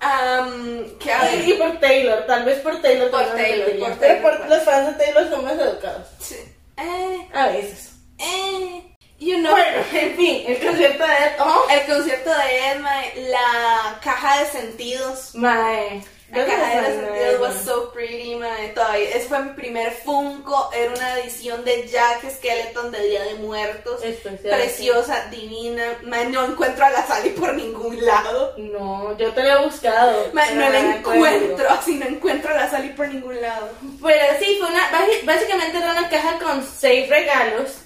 Speaker 1: Ah,
Speaker 2: am, que a
Speaker 1: oh,
Speaker 2: ver,
Speaker 1: y, y por Taylor, tal vez por Taylor.
Speaker 2: Por
Speaker 1: también
Speaker 2: Taylor,
Speaker 1: repetiría.
Speaker 2: por
Speaker 1: Pero
Speaker 2: Taylor,
Speaker 1: por
Speaker 2: por-
Speaker 1: los fans de Taylor son más educados.
Speaker 2: sí, eh,
Speaker 1: A veces.
Speaker 2: eh, you know.
Speaker 1: Bueno, en fin, el concierto de Ed. Oh,
Speaker 2: El concierto de Edma, la caja de sentidos.
Speaker 1: mae.
Speaker 2: La
Speaker 1: Yo no
Speaker 2: caja de
Speaker 1: sé,
Speaker 2: los
Speaker 1: mae,
Speaker 2: sentidos was
Speaker 1: mae.
Speaker 2: so pretty, mae. Todavía, ese fue mi primer Funko. Era una edición de Jack Skeleton de Día de Muertos.
Speaker 1: Es preciosa.
Speaker 2: Preciosa, divina. Mae, no encuentro a la Sally por ningún lado.
Speaker 1: No, yo te lo he buscado.
Speaker 2: Mae,
Speaker 1: pero
Speaker 2: no la
Speaker 1: me
Speaker 2: encuentro. Así no encuentro a la Sally por ningún lado.
Speaker 1: Pero sí, fue una, basi- básicamente era una caja con seis regalos.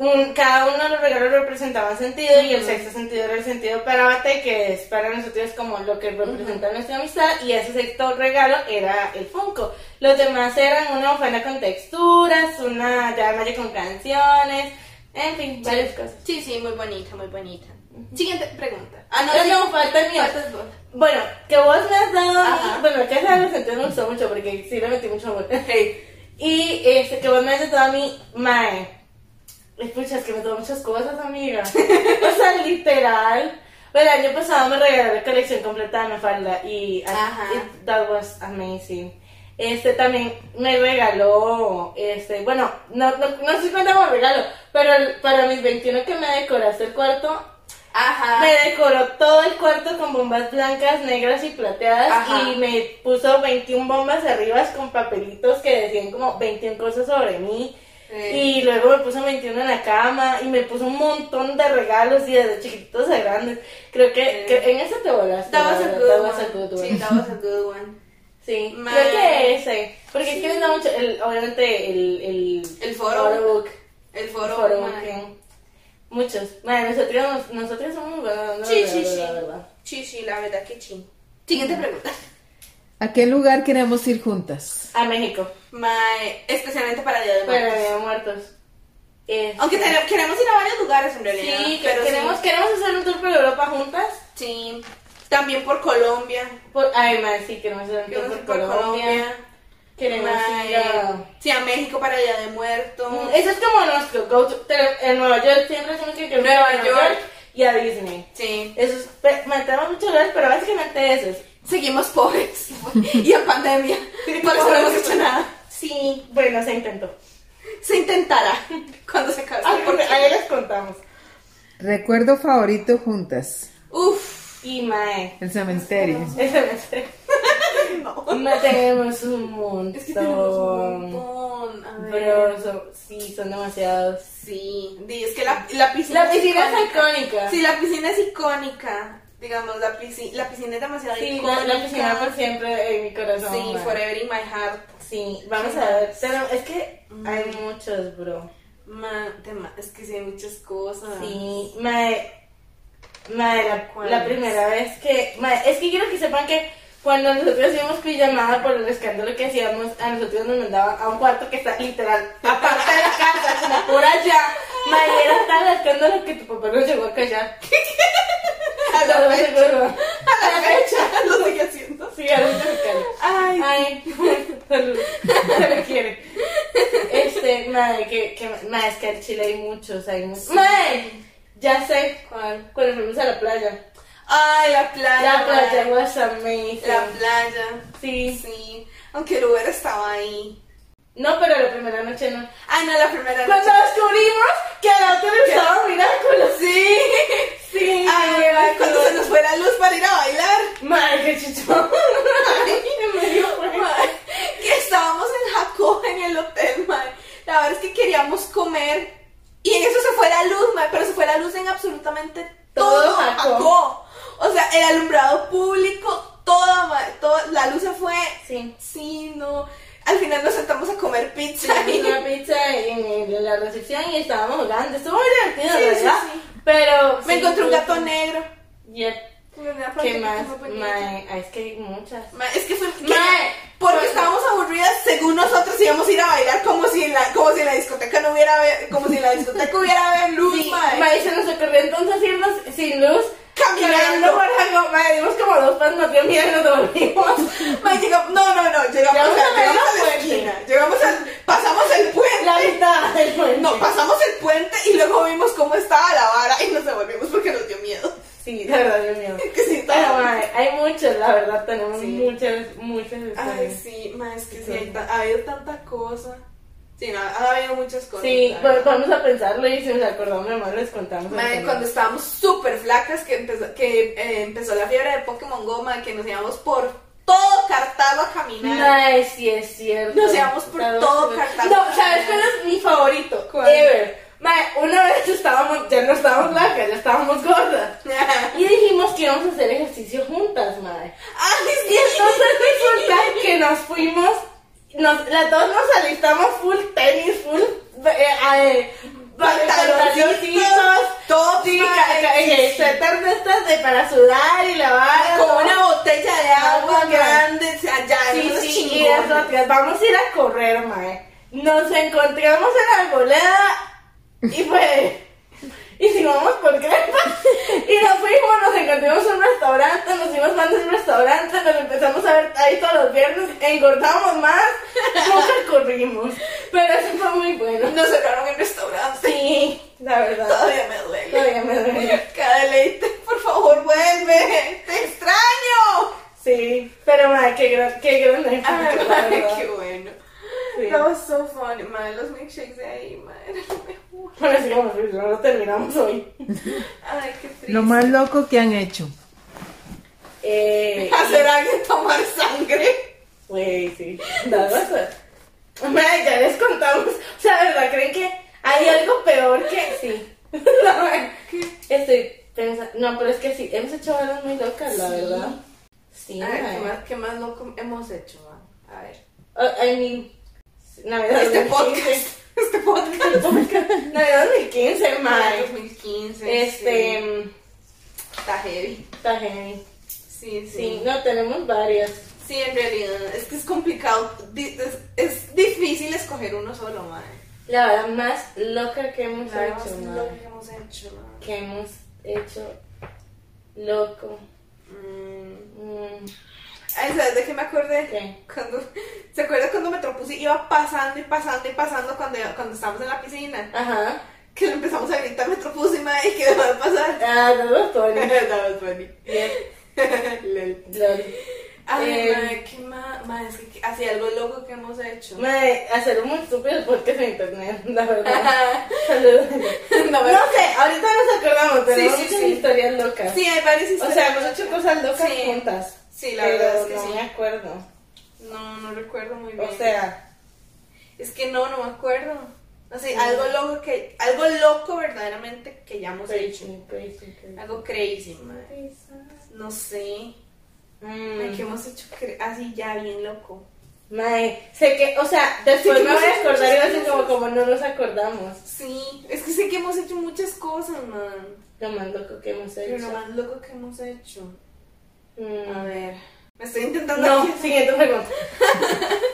Speaker 1: Un- cada uno de los regalos representaba un sentido y el sexto sentido era el sentido para Bate, que es para nosotros como lo que representa nuestra amistad. Y ese sexto regalo era el Funko. Los demás eran una ofrenda con texturas, una llave con canciones, en fin, varias cosas.
Speaker 2: Sí, sí, muy bonita, muy bonita. Siguiente pregunta. Ah,
Speaker 1: No, no, falta el mío.
Speaker 2: Faltas vos.
Speaker 1: Bueno, que vos me has dado. a mí-
Speaker 2: Ajá.
Speaker 1: Bueno, la caja de los sentidos me gustó mucho porque sí le metí mucho amor. Y este, que vos me haces toda mi mae. Escuchas que me tomo muchas cosas, amiga. o sea, literal. Bueno, el año pasado me regalaron la colección completa de Mafalda y
Speaker 2: Ajá.
Speaker 1: it- that was amazing. Este también me regaló, este, bueno, no, no, no sé si cuenta como regalo, pero el- para mis 21 que me decoraste el cuarto,
Speaker 2: Ajá.
Speaker 1: Me decoró todo el cuarto con bombas blancas, negras y plateadas
Speaker 2: Ajá.
Speaker 1: y me puso 21 bombas arriba con papelitos que decían como 21 cosas sobre mí.
Speaker 2: Sí.
Speaker 1: Y luego me puso 21 en la cama y me puso un montón de regalos y desde chiquititos a grandes. Creo que,
Speaker 2: Sí.
Speaker 1: que en ese te volaste.
Speaker 2: That was
Speaker 1: la
Speaker 2: a
Speaker 1: verdad,
Speaker 2: good
Speaker 1: that
Speaker 2: one.
Speaker 1: was a good one.
Speaker 2: Sí, that was a good one.
Speaker 1: Sí,
Speaker 2: Ma-
Speaker 1: creo que ese. Porque es que me da mucho, el- obviamente, el, el,
Speaker 2: El foro.
Speaker 1: book.
Speaker 2: El
Speaker 1: El
Speaker 2: foro.
Speaker 1: foro
Speaker 2: man.
Speaker 1: book. Muchos. Bueno, nosotros, nosotros somos buenos.
Speaker 2: Sí,
Speaker 1: la
Speaker 2: sí,
Speaker 1: verdad,
Speaker 2: sí.
Speaker 1: la verdad.
Speaker 2: Sí, sí, la verdad que sí. Siguiente pregunta.
Speaker 3: ¿A qué lugar queremos ir juntas?
Speaker 1: A México.
Speaker 2: Mae, especialmente para Día de
Speaker 1: Para
Speaker 2: Muertos.
Speaker 1: Día de Muertos. Este,
Speaker 2: Aunque tenemos- queremos ir a varios lugares en realidad.
Speaker 1: Sí,
Speaker 2: pero
Speaker 1: queremos,
Speaker 2: sí.
Speaker 1: queremos hacer un tour por Europa juntas.
Speaker 2: Sí. También por Colombia.
Speaker 1: Por, además, sí, queremos hacer un tour
Speaker 2: Queremos
Speaker 1: por,
Speaker 2: ir por
Speaker 1: Colombia.
Speaker 2: Colombia.
Speaker 1: Queremos
Speaker 2: Mae,
Speaker 1: ir a...
Speaker 2: Sí, a México para Día de Muertos.
Speaker 1: Mm, Ese es como nuestro go-to. Te- En Nueva York siempre hacemos que queremos ir a
Speaker 2: Nueva
Speaker 1: Nueva
Speaker 2: York.
Speaker 1: York y a Disney.
Speaker 2: Sí.
Speaker 1: Eso es, pe- matamos muchos lugares, pero básicamente eso es.
Speaker 2: Seguimos pobres. y en pandemia. Por eso no hemos hecho nada.
Speaker 1: Sí, bueno, se intentó.
Speaker 2: Se intentará cuando se acabe.
Speaker 1: Ah,
Speaker 2: esta
Speaker 1: porque
Speaker 2: porquería.
Speaker 1: ahí les contamos.
Speaker 3: Recuerdo favorito juntas.
Speaker 2: Uf.
Speaker 1: Y mae,
Speaker 3: El cementerio.
Speaker 1: eso no sé. No tenemos un montón.
Speaker 2: Es que tenemos un montón. A ver.
Speaker 1: Bro, son- sí, son demasiados.
Speaker 2: Sí. Di, Es que la, la piscina.
Speaker 1: La piscina es
Speaker 2: icónica.
Speaker 1: icónica.
Speaker 2: Sí, la piscina es icónica. Digamos, la piscina, la piscina es demasiado
Speaker 1: Sí, la,
Speaker 2: icónica.
Speaker 1: la piscina por siempre en mi corazón.
Speaker 2: Sí,
Speaker 1: mae.
Speaker 2: forever in my heart.
Speaker 1: Sí, vamos a ver. Pero es que hay muchos, bro.
Speaker 2: Ma, te ma- es que sí hay muchas cosas.
Speaker 1: Sí, mae, mae, la,
Speaker 2: Ah. ¿Cuál
Speaker 1: la
Speaker 2: es?
Speaker 1: primera vez que, mae, es que quiero que sepan que cuando nosotros íbamos pijamada por el escándalo que hacíamos, a nosotros nos mandaban a un cuarto que está literal aparte de la casa, como por allá, mae, era tal el escándalo que tu papá nos llegó a callar.
Speaker 2: A la fecha,
Speaker 1: A la fecha.
Speaker 2: lo sigue haciendo.
Speaker 1: Sí, a la fecha se calla.
Speaker 2: Ay,
Speaker 1: Ay, salud. Se le quiere. Este, madre, que, que, madre, es que en Chile hay muchos, hay muchos. Madre, ya sé.
Speaker 2: ¿Cuál?
Speaker 1: Cuando fuimos a la playa.
Speaker 2: Ay, la playa.
Speaker 1: La playa
Speaker 2: ma.
Speaker 1: was amazing.
Speaker 2: La playa.
Speaker 1: Sí.
Speaker 2: Sí. Aunque el Uber estaba ahí.
Speaker 1: No, pero la primera noche no.
Speaker 2: Ay, no, la primera
Speaker 1: Cuando
Speaker 2: noche.
Speaker 1: descubrimos que al otro le estaba mirando
Speaker 2: Sí.
Speaker 1: Sí.
Speaker 2: Ay,
Speaker 1: madre,
Speaker 2: Ah, cuando se nos fue la luz para ir a bailar.
Speaker 1: Madre, qué chichón. Ay, me dio fue.
Speaker 2: Mae, que estábamos en Jacob en el hotel, mae. La verdad es que queríamos comer y en eso se fue la luz, mae, pero se fue la luz en absolutamente todo,
Speaker 1: Todo
Speaker 2: Jacob.
Speaker 1: Jacó.
Speaker 2: O sea, el alumbrado público, todo, mae, todo, la luz se fue.
Speaker 1: Sí.
Speaker 2: Sí, no. Al final nos sentamos a comer pizza y
Speaker 1: Comimos una pizza en, en la recepción y estábamos jugando. Estuvo muy divertido,
Speaker 2: Sí, sí,
Speaker 1: ¿verdad?
Speaker 2: sí.
Speaker 1: Pero.
Speaker 2: me
Speaker 1: sí,
Speaker 2: encontré un
Speaker 1: sí,
Speaker 2: gato
Speaker 1: sí.
Speaker 2: negro.
Speaker 1: Yep.
Speaker 2: Me da
Speaker 1: ¿Qué
Speaker 2: pronto,
Speaker 1: más?
Speaker 2: que fue bonito.
Speaker 1: Mae, ay, es que hay muchas.
Speaker 2: Mae, Es que fue que-
Speaker 1: Mae, pues,
Speaker 2: porque
Speaker 1: fue-
Speaker 2: estábamos aburridas, según nosotros íbamos a ir a bailar como si en la, como si en la discoteca no hubiera ve- como si en la discoteca hubiera ve- luz,
Speaker 1: Sí,
Speaker 2: mae.
Speaker 1: mae, se nos ocurrió entonces irnos sin luz.
Speaker 2: Caminando.
Speaker 1: Caminando por algo, mae, dimos como dos pasos, nos dio miedo y nos dormimos.
Speaker 2: Mae, llegamos, no, no, no, llegamos,
Speaker 1: Llegamos
Speaker 2: a,
Speaker 1: a la
Speaker 2: llegamos a la
Speaker 1: puente.
Speaker 2: esquina, llegamos al, pasamos el puente,
Speaker 1: La mitad del puente.
Speaker 2: no, pasamos el puente y luego vimos cómo estaba la vara y nos devolvimos porque nos dio miedo.
Speaker 1: Sí, la verdad, Dios mío.
Speaker 2: Que sí,
Speaker 1: Pero,
Speaker 2: estaba-
Speaker 1: mae, hay muchos, la verdad, tenemos
Speaker 2: Sí.
Speaker 1: muchas, muchas
Speaker 2: Ay,
Speaker 1: historias.
Speaker 2: sí, mae, es que sí, hay ta- ha habido tanta cosa. Sí, no, ha habido muchas cosas.
Speaker 1: Sí,
Speaker 2: la
Speaker 1: pues
Speaker 2: verdad.
Speaker 1: vamos a pensarlo y si nos acordamos, hermano, les contamos.
Speaker 2: Mae, cuando estábamos súper flacas, que, empezó, que eh, empezó la fiebre de Pokémon Go, mae, que nos íbamos por todo Cartago a caminar.
Speaker 1: Mae, sí es cierto.
Speaker 2: Nos llevamos por
Speaker 1: Estamos-
Speaker 2: todo Cartagena.
Speaker 1: No, ¿sabes cuál es mi favorito?
Speaker 2: ¿Cuál?
Speaker 1: Ever. Mae, una vez estábamos, ya no estábamos blancas, ya estábamos gordas. Y dijimos que íbamos a hacer ejercicio juntas, mae.
Speaker 2: ¡Ay,
Speaker 1: Y
Speaker 2: sí!
Speaker 1: entonces resulta que nos fuimos, nos, las dos nos alistamos full tenis, full eh, eh, pantaloncitos.
Speaker 2: tops,
Speaker 1: Sí,
Speaker 2: mae,
Speaker 1: ca- ca- eh, suéter de estas de para sudar y lavar.
Speaker 2: con una botella de agua
Speaker 1: Agua, mae.
Speaker 2: grande, o sea, ya,
Speaker 1: Sí,
Speaker 2: eso es
Speaker 1: sí, y
Speaker 2: chingón.
Speaker 1: nosotras vamos a ir a correr, mae. Nos encontramos en la arboleda y pues. Y si vamos por crepas. Y nos fuimos, nos encontramos en un restaurante, nos fuimos más de un restaurante, nos empezamos a ver ahí todos los viernes, engordamos más, nunca corrimos. Pero eso fue muy bueno.
Speaker 2: Nos cerraron el restaurante.
Speaker 1: Sí, la verdad.
Speaker 2: Todavía me duele.
Speaker 1: Todavía me duele.
Speaker 2: Cada deleite, por favor, vuelve. ¡Te extraño!
Speaker 1: Sí, pero mae, qué, gran, qué grande.
Speaker 2: Ay,
Speaker 1: la
Speaker 2: mae,
Speaker 1: verdad.
Speaker 2: Ah, qué bueno.
Speaker 1: Sí. Sí.
Speaker 2: That was so funny, madre. Los milkshakes de ahí, madre. eran lo mejor.
Speaker 1: Bueno, sí, vamos, no lo terminamos hoy.
Speaker 2: Ay, qué triste.
Speaker 3: Lo más loco que han hecho.
Speaker 1: Eh,
Speaker 2: Hacer a alguien tomar sangre.
Speaker 1: Güey, sí. Da cosa. Madre, ya les contamos. O sea, ¿verdad? ¿Creen que hay algo peor que.? Sí. La verdad, Estoy pensando. No, pero es que sí. Hemos hecho balas muy locas, la verdad. Ah, Sí.
Speaker 2: A ver, ¿qué
Speaker 1: madre.
Speaker 2: más, qué más loco hemos hecho, va? A ver.
Speaker 1: Uh, I mean. Navidad
Speaker 2: Este
Speaker 1: 2015.
Speaker 2: podcast. Este podcast.
Speaker 1: Navidad 2015, madre.
Speaker 2: 2015.
Speaker 1: Este.
Speaker 2: sí.
Speaker 1: mm,
Speaker 2: Está heavy.
Speaker 1: Está heavy.
Speaker 2: Sí, sí.
Speaker 1: Sí, no, tenemos varias.
Speaker 2: Sí, en realidad, es que es complicado, di- es, es difícil escoger uno solo, madre.
Speaker 1: La verdad más loca que hemos
Speaker 2: La verdad
Speaker 1: hecho,
Speaker 2: es
Speaker 1: madre.
Speaker 2: lo que hemos hecho, madre.
Speaker 1: que hemos hecho loco.
Speaker 2: Mm.
Speaker 1: Mm,
Speaker 2: Ay, ¿sabes de qué me acordé?
Speaker 1: ¿Qué?
Speaker 2: Cuando, ¿Se acuerda cuando Metropus iba pasando y pasando y pasando cuando, cuando estábamos en la piscina?
Speaker 1: Ajá.
Speaker 2: Que le empezamos a gritar Metropus y madre, que dejó de pasar.
Speaker 1: Ah, no lo pone.
Speaker 2: That was funny.
Speaker 1: Bien.
Speaker 2: Lol.
Speaker 1: Lol.
Speaker 2: Ay,
Speaker 1: Eh.
Speaker 2: madre, qué ma- madre, es que que- así algo loco que hemos hecho.
Speaker 1: Madre, hacer un estúpido podcast en internet, la verdad. Saludos.
Speaker 2: no,
Speaker 1: No sé, ahorita nos acordamos, tenemos
Speaker 2: Sí, sí,
Speaker 1: muchas
Speaker 2: sí.
Speaker 1: historias locas.
Speaker 2: Sí, hay varias
Speaker 1: O
Speaker 2: historias.
Speaker 1: sea, hemos hecho cosas locas
Speaker 2: Sí.
Speaker 1: juntas.
Speaker 2: Sí, la
Speaker 1: pero
Speaker 2: verdad es que
Speaker 1: no
Speaker 2: sí.
Speaker 1: me acuerdo.
Speaker 2: No, no recuerdo muy bien.
Speaker 1: O sea,
Speaker 2: Es que no, no me acuerdo. No sé, algo loco que, algo loco verdaderamente que ya hemos hecho.
Speaker 1: crazy, crazy, crazy.
Speaker 2: Algo crazy, madre. No sé. Ay, ¿Qué
Speaker 1: Mm.
Speaker 2: hemos hecho cre- así ya bien loco?
Speaker 1: Madre, sé que, o sea, después
Speaker 2: Sí,
Speaker 1: me voy a
Speaker 2: muchas
Speaker 1: acordar y va a ser
Speaker 2: cosas.
Speaker 1: como, como no nos acordamos.
Speaker 2: Sí, es que sé que hemos hecho muchas cosas, man.
Speaker 1: Lo más loco que hemos hecho.
Speaker 2: Pero lo más loco que hemos hecho.
Speaker 1: Mm.
Speaker 2: A ver. Me estoy intentando.
Speaker 1: No,
Speaker 2: aquí-
Speaker 1: siguiente pregunta.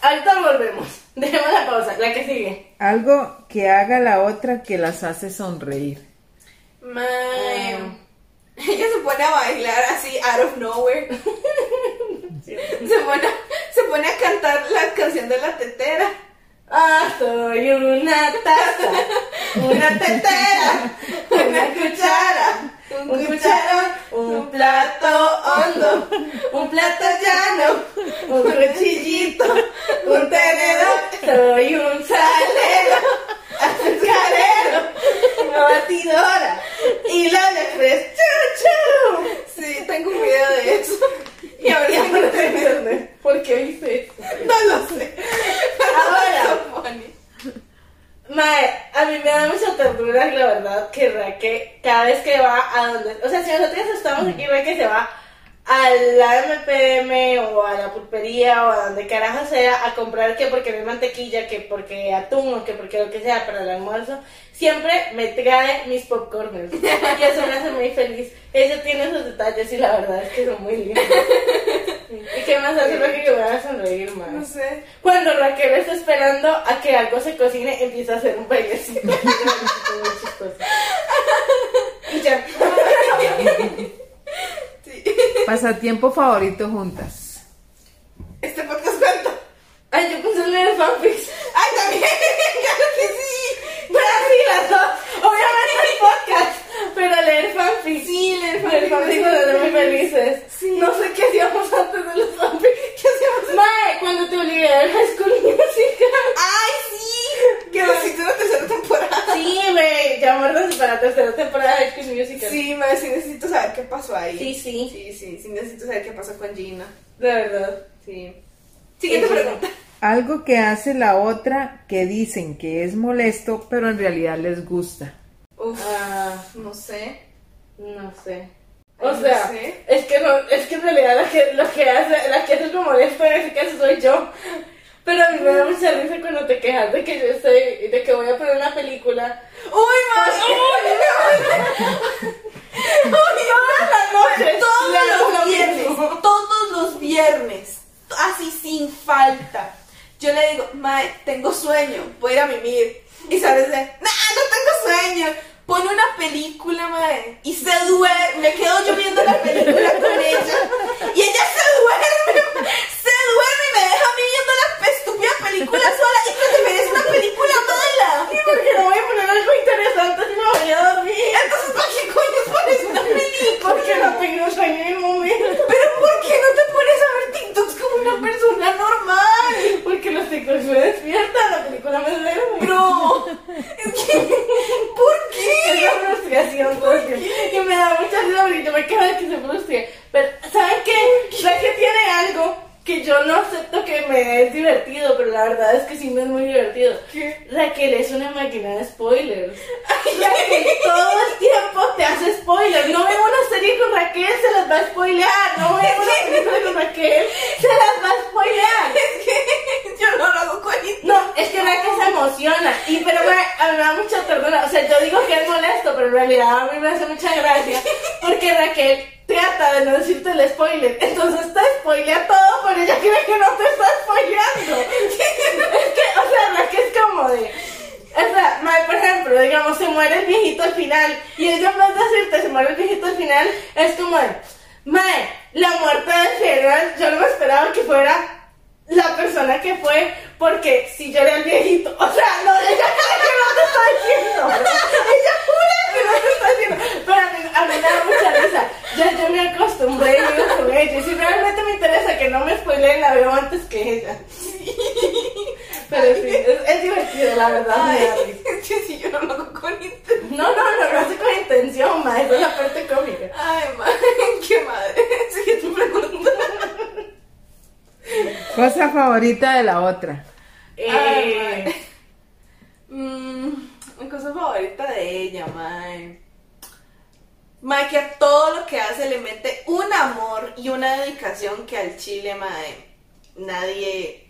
Speaker 1: Ahorita volvemos. Dejemos la pausa, la que sigue.
Speaker 3: Algo que haga la otra que las hace sonreír.
Speaker 2: Mae. Ella se pone a bailar así, out of nowhere. Se pone, se pone a cantar la canción de la tetera.
Speaker 1: Ah, soy una taza, una tetera, una cuchara, un cucharón, un plato hondo, un plato llano, un cuchillito, un tenedor. Soy un salero, azucarero, una batidora y la de fres. ¡Chu, chu!
Speaker 2: Sí, tengo un video de eso. Y ahora
Speaker 1: Ya
Speaker 2: tengo
Speaker 1: no te
Speaker 2: internet.
Speaker 1: entiendes. ¿Por qué hice esto?
Speaker 2: No lo sé.
Speaker 1: Ahora.
Speaker 2: So funny.
Speaker 1: Mae, a mí me da mucha ternura, la verdad, que Raque cada vez que va a donde... O sea, si nosotros estamos aquí, Raque se va a la MPM o a la pulpería o a donde carajo sea a comprar que porque no hay mantequilla, que porque atún o que porque lo que sea para el almuerzo. Siempre me trae mis popcorners y eso me hace muy feliz. Ella tiene esos detalles y la verdad es que son muy lindos. ¿Y qué más hace Raque que me haga sonreír, mae?
Speaker 2: No sé.
Speaker 1: Cuando Raquel está esperando a que algo se cocine, empieza a hacer un bailecito. Muy chistoso. y ya.
Speaker 2: Sí.
Speaker 3: Pasatiempo favorito juntas.
Speaker 2: Este podcast cuenta.
Speaker 1: Ay, yo pensé en leer fanfics.
Speaker 2: ¡Ay, también! ¡Claro que sí!
Speaker 1: Pero así las dos. Obviamente el podcast. Pero leer fanfics.
Speaker 2: Sí, leer
Speaker 1: Leer
Speaker 2: fanfics
Speaker 1: fanfics
Speaker 2: me
Speaker 1: nos
Speaker 2: hace
Speaker 1: hace muy
Speaker 2: feliz.
Speaker 1: felices.
Speaker 2: Sí.
Speaker 1: No sé qué hacíamos antes de los fanfics.
Speaker 2: ¿Qué hacemos?
Speaker 1: Mae, cuando te obligué a ver High School Musical.
Speaker 2: ¡Ay, sí! Que nos hiciste la tercera temporada.
Speaker 1: Sí, me llamaron para la tercera temporada de High School Musical.
Speaker 2: Sí, madre, sí necesito saber qué pasó ahí.
Speaker 1: Sí, sí.
Speaker 2: Sí, sí, sí necesito saber qué pasó con Gina.
Speaker 1: De verdad.
Speaker 2: Sí. Siguiente
Speaker 1: Sí, sí.
Speaker 2: pregunta.
Speaker 3: Algo que hace la otra que dicen que es molesto, pero en realidad les gusta.
Speaker 2: Uf,
Speaker 1: Ah.
Speaker 2: no sé.
Speaker 1: No sé.
Speaker 2: Ay,
Speaker 1: O
Speaker 2: no
Speaker 1: sea,
Speaker 2: sé.
Speaker 1: es que no, es que en realidad la que, lo que hace, la que hace como molesto en ese caso soy yo. Pero a mí me da
Speaker 2: Mm.
Speaker 1: mucha risa cuando te quejas de que yo estoy, de que voy a poner una película.
Speaker 2: ¡Uy, madre! ¡Uy, madre!
Speaker 1: Todas las noches. le hago
Speaker 2: Todos
Speaker 1: lo
Speaker 2: los viernes,
Speaker 1: mismo.
Speaker 2: todos los viernes, así sin falta. Yo le digo, Mae, tengo sueño, voy a ir a mimir. Y sabes, de, no, no tengo sueño. Pone una película, Mae, y se duerme. Me quedo yo viendo la película con ella. Y ella se duerme, se duerme y me deja a mí viendo la estúpida película sola. Y que te merece una película mala.
Speaker 1: Sí, porque no voy a poner algo interesante si me voy a dormir.
Speaker 2: Entonces, ¿para qué coño pones una película?
Speaker 1: Porque no tengo sueño en un momento.
Speaker 2: Pero ¿por qué no te pones a ver TikToks como una persona normal?
Speaker 1: Porque los TikToks película se despierta, la película me duele mucho.
Speaker 2: No. Es que, ¿por qué?
Speaker 1: Es una frustración, porque y me da mucha risa porque yo me quedo de que se frustre. Pero, ¿saben qué? La que tiene algo que yo no acepto que me es divertido, pero la verdad es que sí me es muy divertido.
Speaker 2: ¿Qué?
Speaker 1: Raquel es una máquina de spoilers. Raquel todo el tiempo te hace spoilers. No veo una serie con Raquel, se las va a spoilear. No veo una película con Raquel, se las va a spoilear.
Speaker 2: Es que yo no lo hago con
Speaker 1: No, es que Raquel se emociona. Y pero me, a mí me da mucha ternura. O sea, yo digo que es molesto, pero en realidad a mí me hace mucha gracia. Porque Raquel trata de no decirte el spoiler. Entonces te spoilea todo, pero ella cree que no te está spoileando. es que, o sea, Raquel es como de. O sea, ma, por ejemplo, digamos, se muere el viejito al final. Y ella en vez de decirte se muere el viejito al final, es como de, Mae, la muerte de Gerard, yo no me esperaba que fuera la persona que fue, porque si yo era el viejito, o sea, no, ella jura que no te está diciendo. Ella jura que no te está diciendo. Pero a mí, a mí me da mucha risa. Ya yo me acostumbré y vivo con ella. Y si realmente me interesa que no me spoileen, la veo antes que ella. Pero sí, es, es divertido, la verdad. me da risa.
Speaker 2: Ay, es que si yo no lo hago con intención.
Speaker 1: No, no, no, no hace con intención, ma, esa es la parte cómica.
Speaker 2: Ay, madre, qué madre. Es que tu pregunta.
Speaker 3: Cosa favorita de la otra.
Speaker 1: Eh,
Speaker 2: Ay, Mmm, mi cosa favorita de ella, mae. Mae, que a todo lo que hace le mete un amor y una dedicación que al chile, mae, nadie.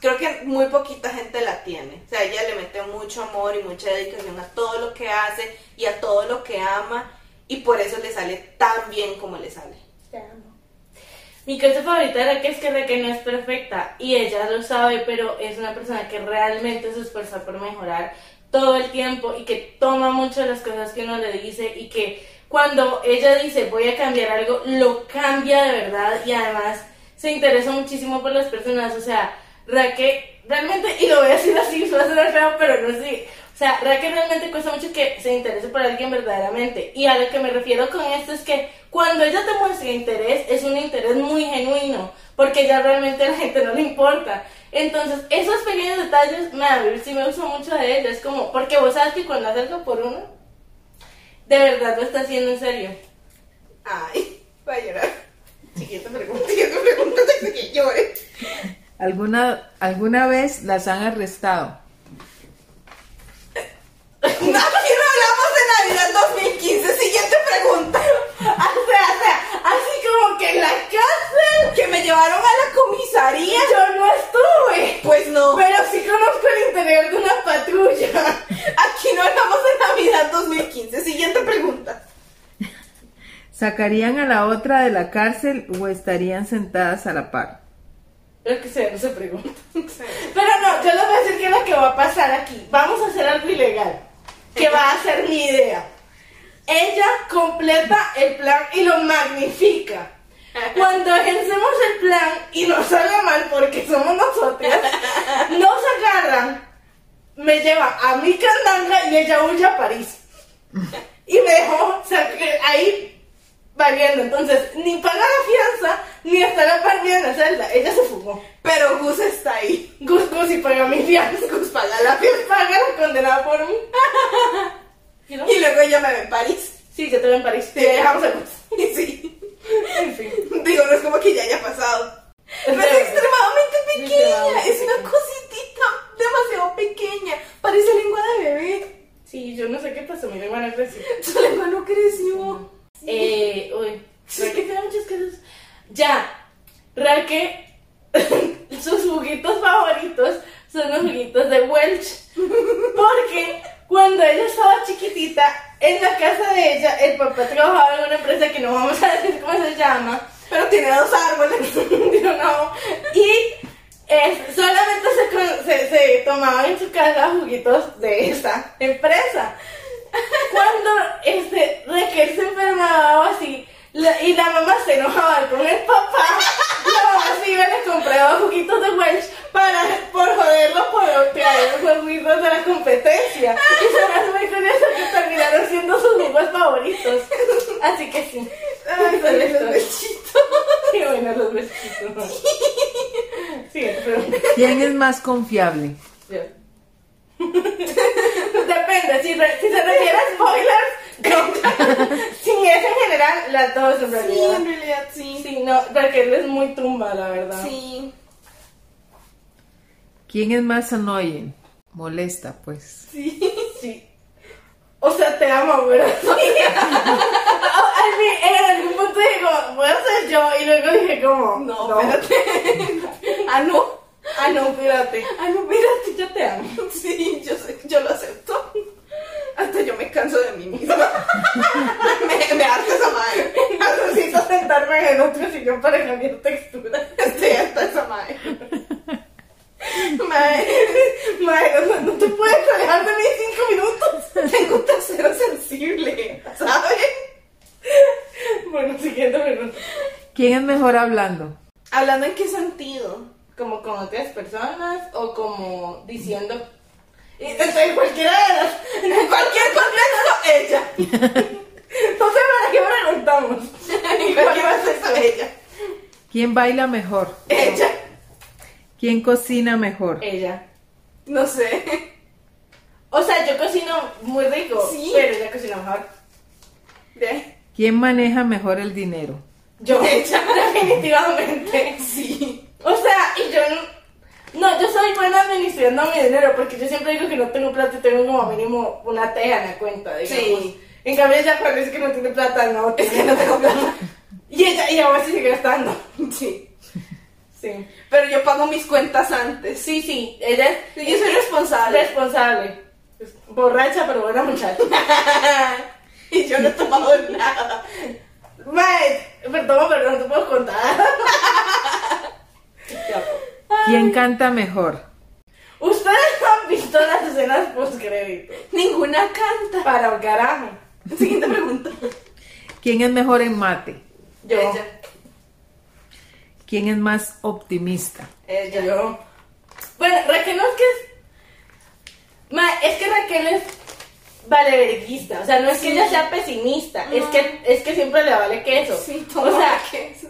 Speaker 2: Creo que muy poquita gente la tiene. O sea, ella le mete mucho amor y mucha dedicación a todo lo que hace y a todo lo que ama. Y por eso le sale tan bien como le sale.
Speaker 1: Mi cosa favorita de Raquel es que Raquel no es perfecta y ella lo sabe, pero es una persona que realmente se esfuerza por mejorar todo el tiempo y que toma mucho las cosas que uno le dice y que cuando ella dice voy a cambiar algo, lo cambia de verdad y además se interesa muchísimo por las personas, o sea, Raquel realmente, y lo voy a decir así, va a sonar feo, pero no sé, o sea, Raquel realmente cuesta mucho que se interese por alguien verdaderamente. Y a lo que me refiero con esto es que cuando ella te muestra interés, es un interés muy genuino, porque ya realmente a la gente no le importa. Entonces, esos pequeños detalles, madre, sí me gustó mucho de ella, es como, porque vos sabes que cuando haces algo por uno, de verdad lo está haciendo en serio.
Speaker 2: Ay, va a llorar. Siguiente pregunta, siguiente pregunta, hasta que llore.
Speaker 3: ¿Alguna, ¿Alguna vez las han arrestado?
Speaker 2: No, aquí no hablamos de Navidad 2015. Siguiente pregunta.
Speaker 1: O sea, o sea, así como que en la cárcel,
Speaker 2: Que me llevaron a la comisaría.
Speaker 1: yo no estuve,
Speaker 2: Pues no.
Speaker 1: pero sí conozco el interior de una patrulla.
Speaker 2: Aquí no hablamos de Navidad 2015. Siguiente pregunta.
Speaker 3: ¿Sacarían a la otra de la cárcel o estarían sentadas a la par?
Speaker 1: Lo que sea, no se pregunta. Pero no, yo les voy a decir qué es lo que va a pasar aquí. Vamos a hacer algo ilegal, que va a ser mi idea. Ella completa el plan y lo magnifica. Cuando ejercemos el plan y nos sale mal porque somos nosotras, nos agarran, me lleva a mi candanga y ella huye a París. Y me dejó o sea, que ahí valiendo. Entonces, ni paga la fianza, ni está la par mía en la celda. Ella se fugó.
Speaker 2: Pero Gus está ahí.
Speaker 1: Gus Gus y paga mi fianza.
Speaker 2: Gus paga la fiesta.
Speaker 1: Paga la condenada por mí. ¿Y no?
Speaker 2: Y luego ella me ve en París.
Speaker 1: Sí, yo te veo en París. Te dejamos a Gus.
Speaker 2: Y sí.
Speaker 1: En fin.
Speaker 2: Digo, no es como que ya haya pasado. Pero es extremadamente pequeña. Es una cositita demasiado pequeña. Parece lengua de bebé.
Speaker 1: Sí, yo no sé qué pasó. Mi hermana creció.
Speaker 2: Su lengua no creció.
Speaker 1: Eh, uy. Raquel tiene muchas cosas. Ya. Raquel, sus juguitos favoritos son los juguitos de Welch. Porque cuando ella estaba chiquitita, en la casa de ella, el papá trabajaba en una empresa que no vamos a decir cómo se llama.
Speaker 2: Pero tiene dos árboles.
Speaker 1: Digo, no. Y eh, solamente se, con- se, se tomaban en su casa juguitos de esa empresa. Cuando este, Raquel se enfermaba o así, la- y la mamá se enojaba con el papá, la mamá se iba y le compraba juguitos de Welch para, por joderlo, por traer los juguitos de la competencia. Y se me hace muy curioso que terminaron siendo sus jugos favoritos. Así que sí.
Speaker 2: Ay,
Speaker 1: Esa es la
Speaker 2: los
Speaker 1: historia.
Speaker 2: bechitos.
Speaker 1: Qué bueno los vestidos. Siguiente pero
Speaker 3: ¿Quién es más confiable?
Speaker 1: yo. Pues Depende, si, re- si se refiere a spoilers, no. Sin eso en general, las dos en
Speaker 2: Sí,
Speaker 1: realidad.
Speaker 2: en realidad sí.
Speaker 1: Sí, no, Raquel es muy tumba, la verdad.
Speaker 2: Sí.
Speaker 3: ¿Quién es más annoying? Molesta, pues.
Speaker 1: Sí. Sí. O sea, te amo, pero soy- A mí, en algún punto digo, voy a ser yo, y luego dije como,
Speaker 2: No, espérate. ah, no.
Speaker 1: Ah, no, cuídate.
Speaker 2: Ah, no, espérate.
Speaker 1: Yo te amo.
Speaker 2: Sí, yo, sé- yo lo acepto. Hasta yo me canso de mí misma. me, me harta esa madre.
Speaker 1: Necesito sentarme en el otro sillón para cambiar textura.
Speaker 2: Estoy harta esa madre.
Speaker 1: Mae, mae, no, no te puedes alejar de mí cinco minutos.
Speaker 2: Tengo un tercero sensible, ¿sabes?
Speaker 1: Bueno, siguiente pregunta.
Speaker 3: ¿Quién es mejor hablando?
Speaker 2: ¿Hablando en qué sentido?
Speaker 1: Como con otras personas o como diciendo... Entonces, cualquiera de las...
Speaker 2: En cualquier contexto, ella.
Speaker 1: No sé para qué preguntamos.
Speaker 2: En cualquier contexto, ella.
Speaker 3: ¿Quién baila mejor?
Speaker 2: Ella.
Speaker 3: ¿Quién cocina mejor?
Speaker 1: Ella.
Speaker 2: No sé.
Speaker 1: O sea, yo cocino muy rico,
Speaker 2: Sí.
Speaker 1: pero ella cocina mejor.
Speaker 2: De
Speaker 3: ¿Quién maneja mejor el dinero?
Speaker 1: Yo,
Speaker 2: Ella.
Speaker 1: definitivamente.
Speaker 2: sí.
Speaker 1: O sea, y yo no... No, yo soy buena administrando mi dinero porque yo siempre digo que no tengo plata y tengo como mínimo una teja en la cuenta, digamos.
Speaker 2: Sí.
Speaker 1: En cambio ella cuando dice que no tiene plata, no, es que no tengo plata. Y ella, y aún así sigue gastando.
Speaker 2: Sí.
Speaker 1: Sí.
Speaker 2: Pero yo pago mis cuentas antes.
Speaker 1: Sí, sí, ella es...
Speaker 2: Sí, yo soy responsable.
Speaker 1: responsable. Borracha, pero buena muchacha.
Speaker 2: y yo no he tomado nada.
Speaker 1: Mae, perdón, pero no te puedo contar.
Speaker 3: ¿Quién canta mejor?
Speaker 1: Ustedes no han visto las escenas postcrédito.
Speaker 2: Ninguna canta.
Speaker 1: Para el carajo.
Speaker 2: Siguiente pregunta.
Speaker 3: ¿Quién es mejor en mate?
Speaker 1: Yo.
Speaker 2: Ella.
Speaker 3: ¿Quién es más optimista?
Speaker 1: Ella. Yo. Bueno, Raquel no es que es. Ma, es que Raquel es valeverguista. O sea, no es que
Speaker 2: Sí.
Speaker 1: ella sea pesimista. Es
Speaker 2: No.
Speaker 1: que es que siempre le vale queso.
Speaker 2: Sí, toma
Speaker 1: o sea,
Speaker 2: queso.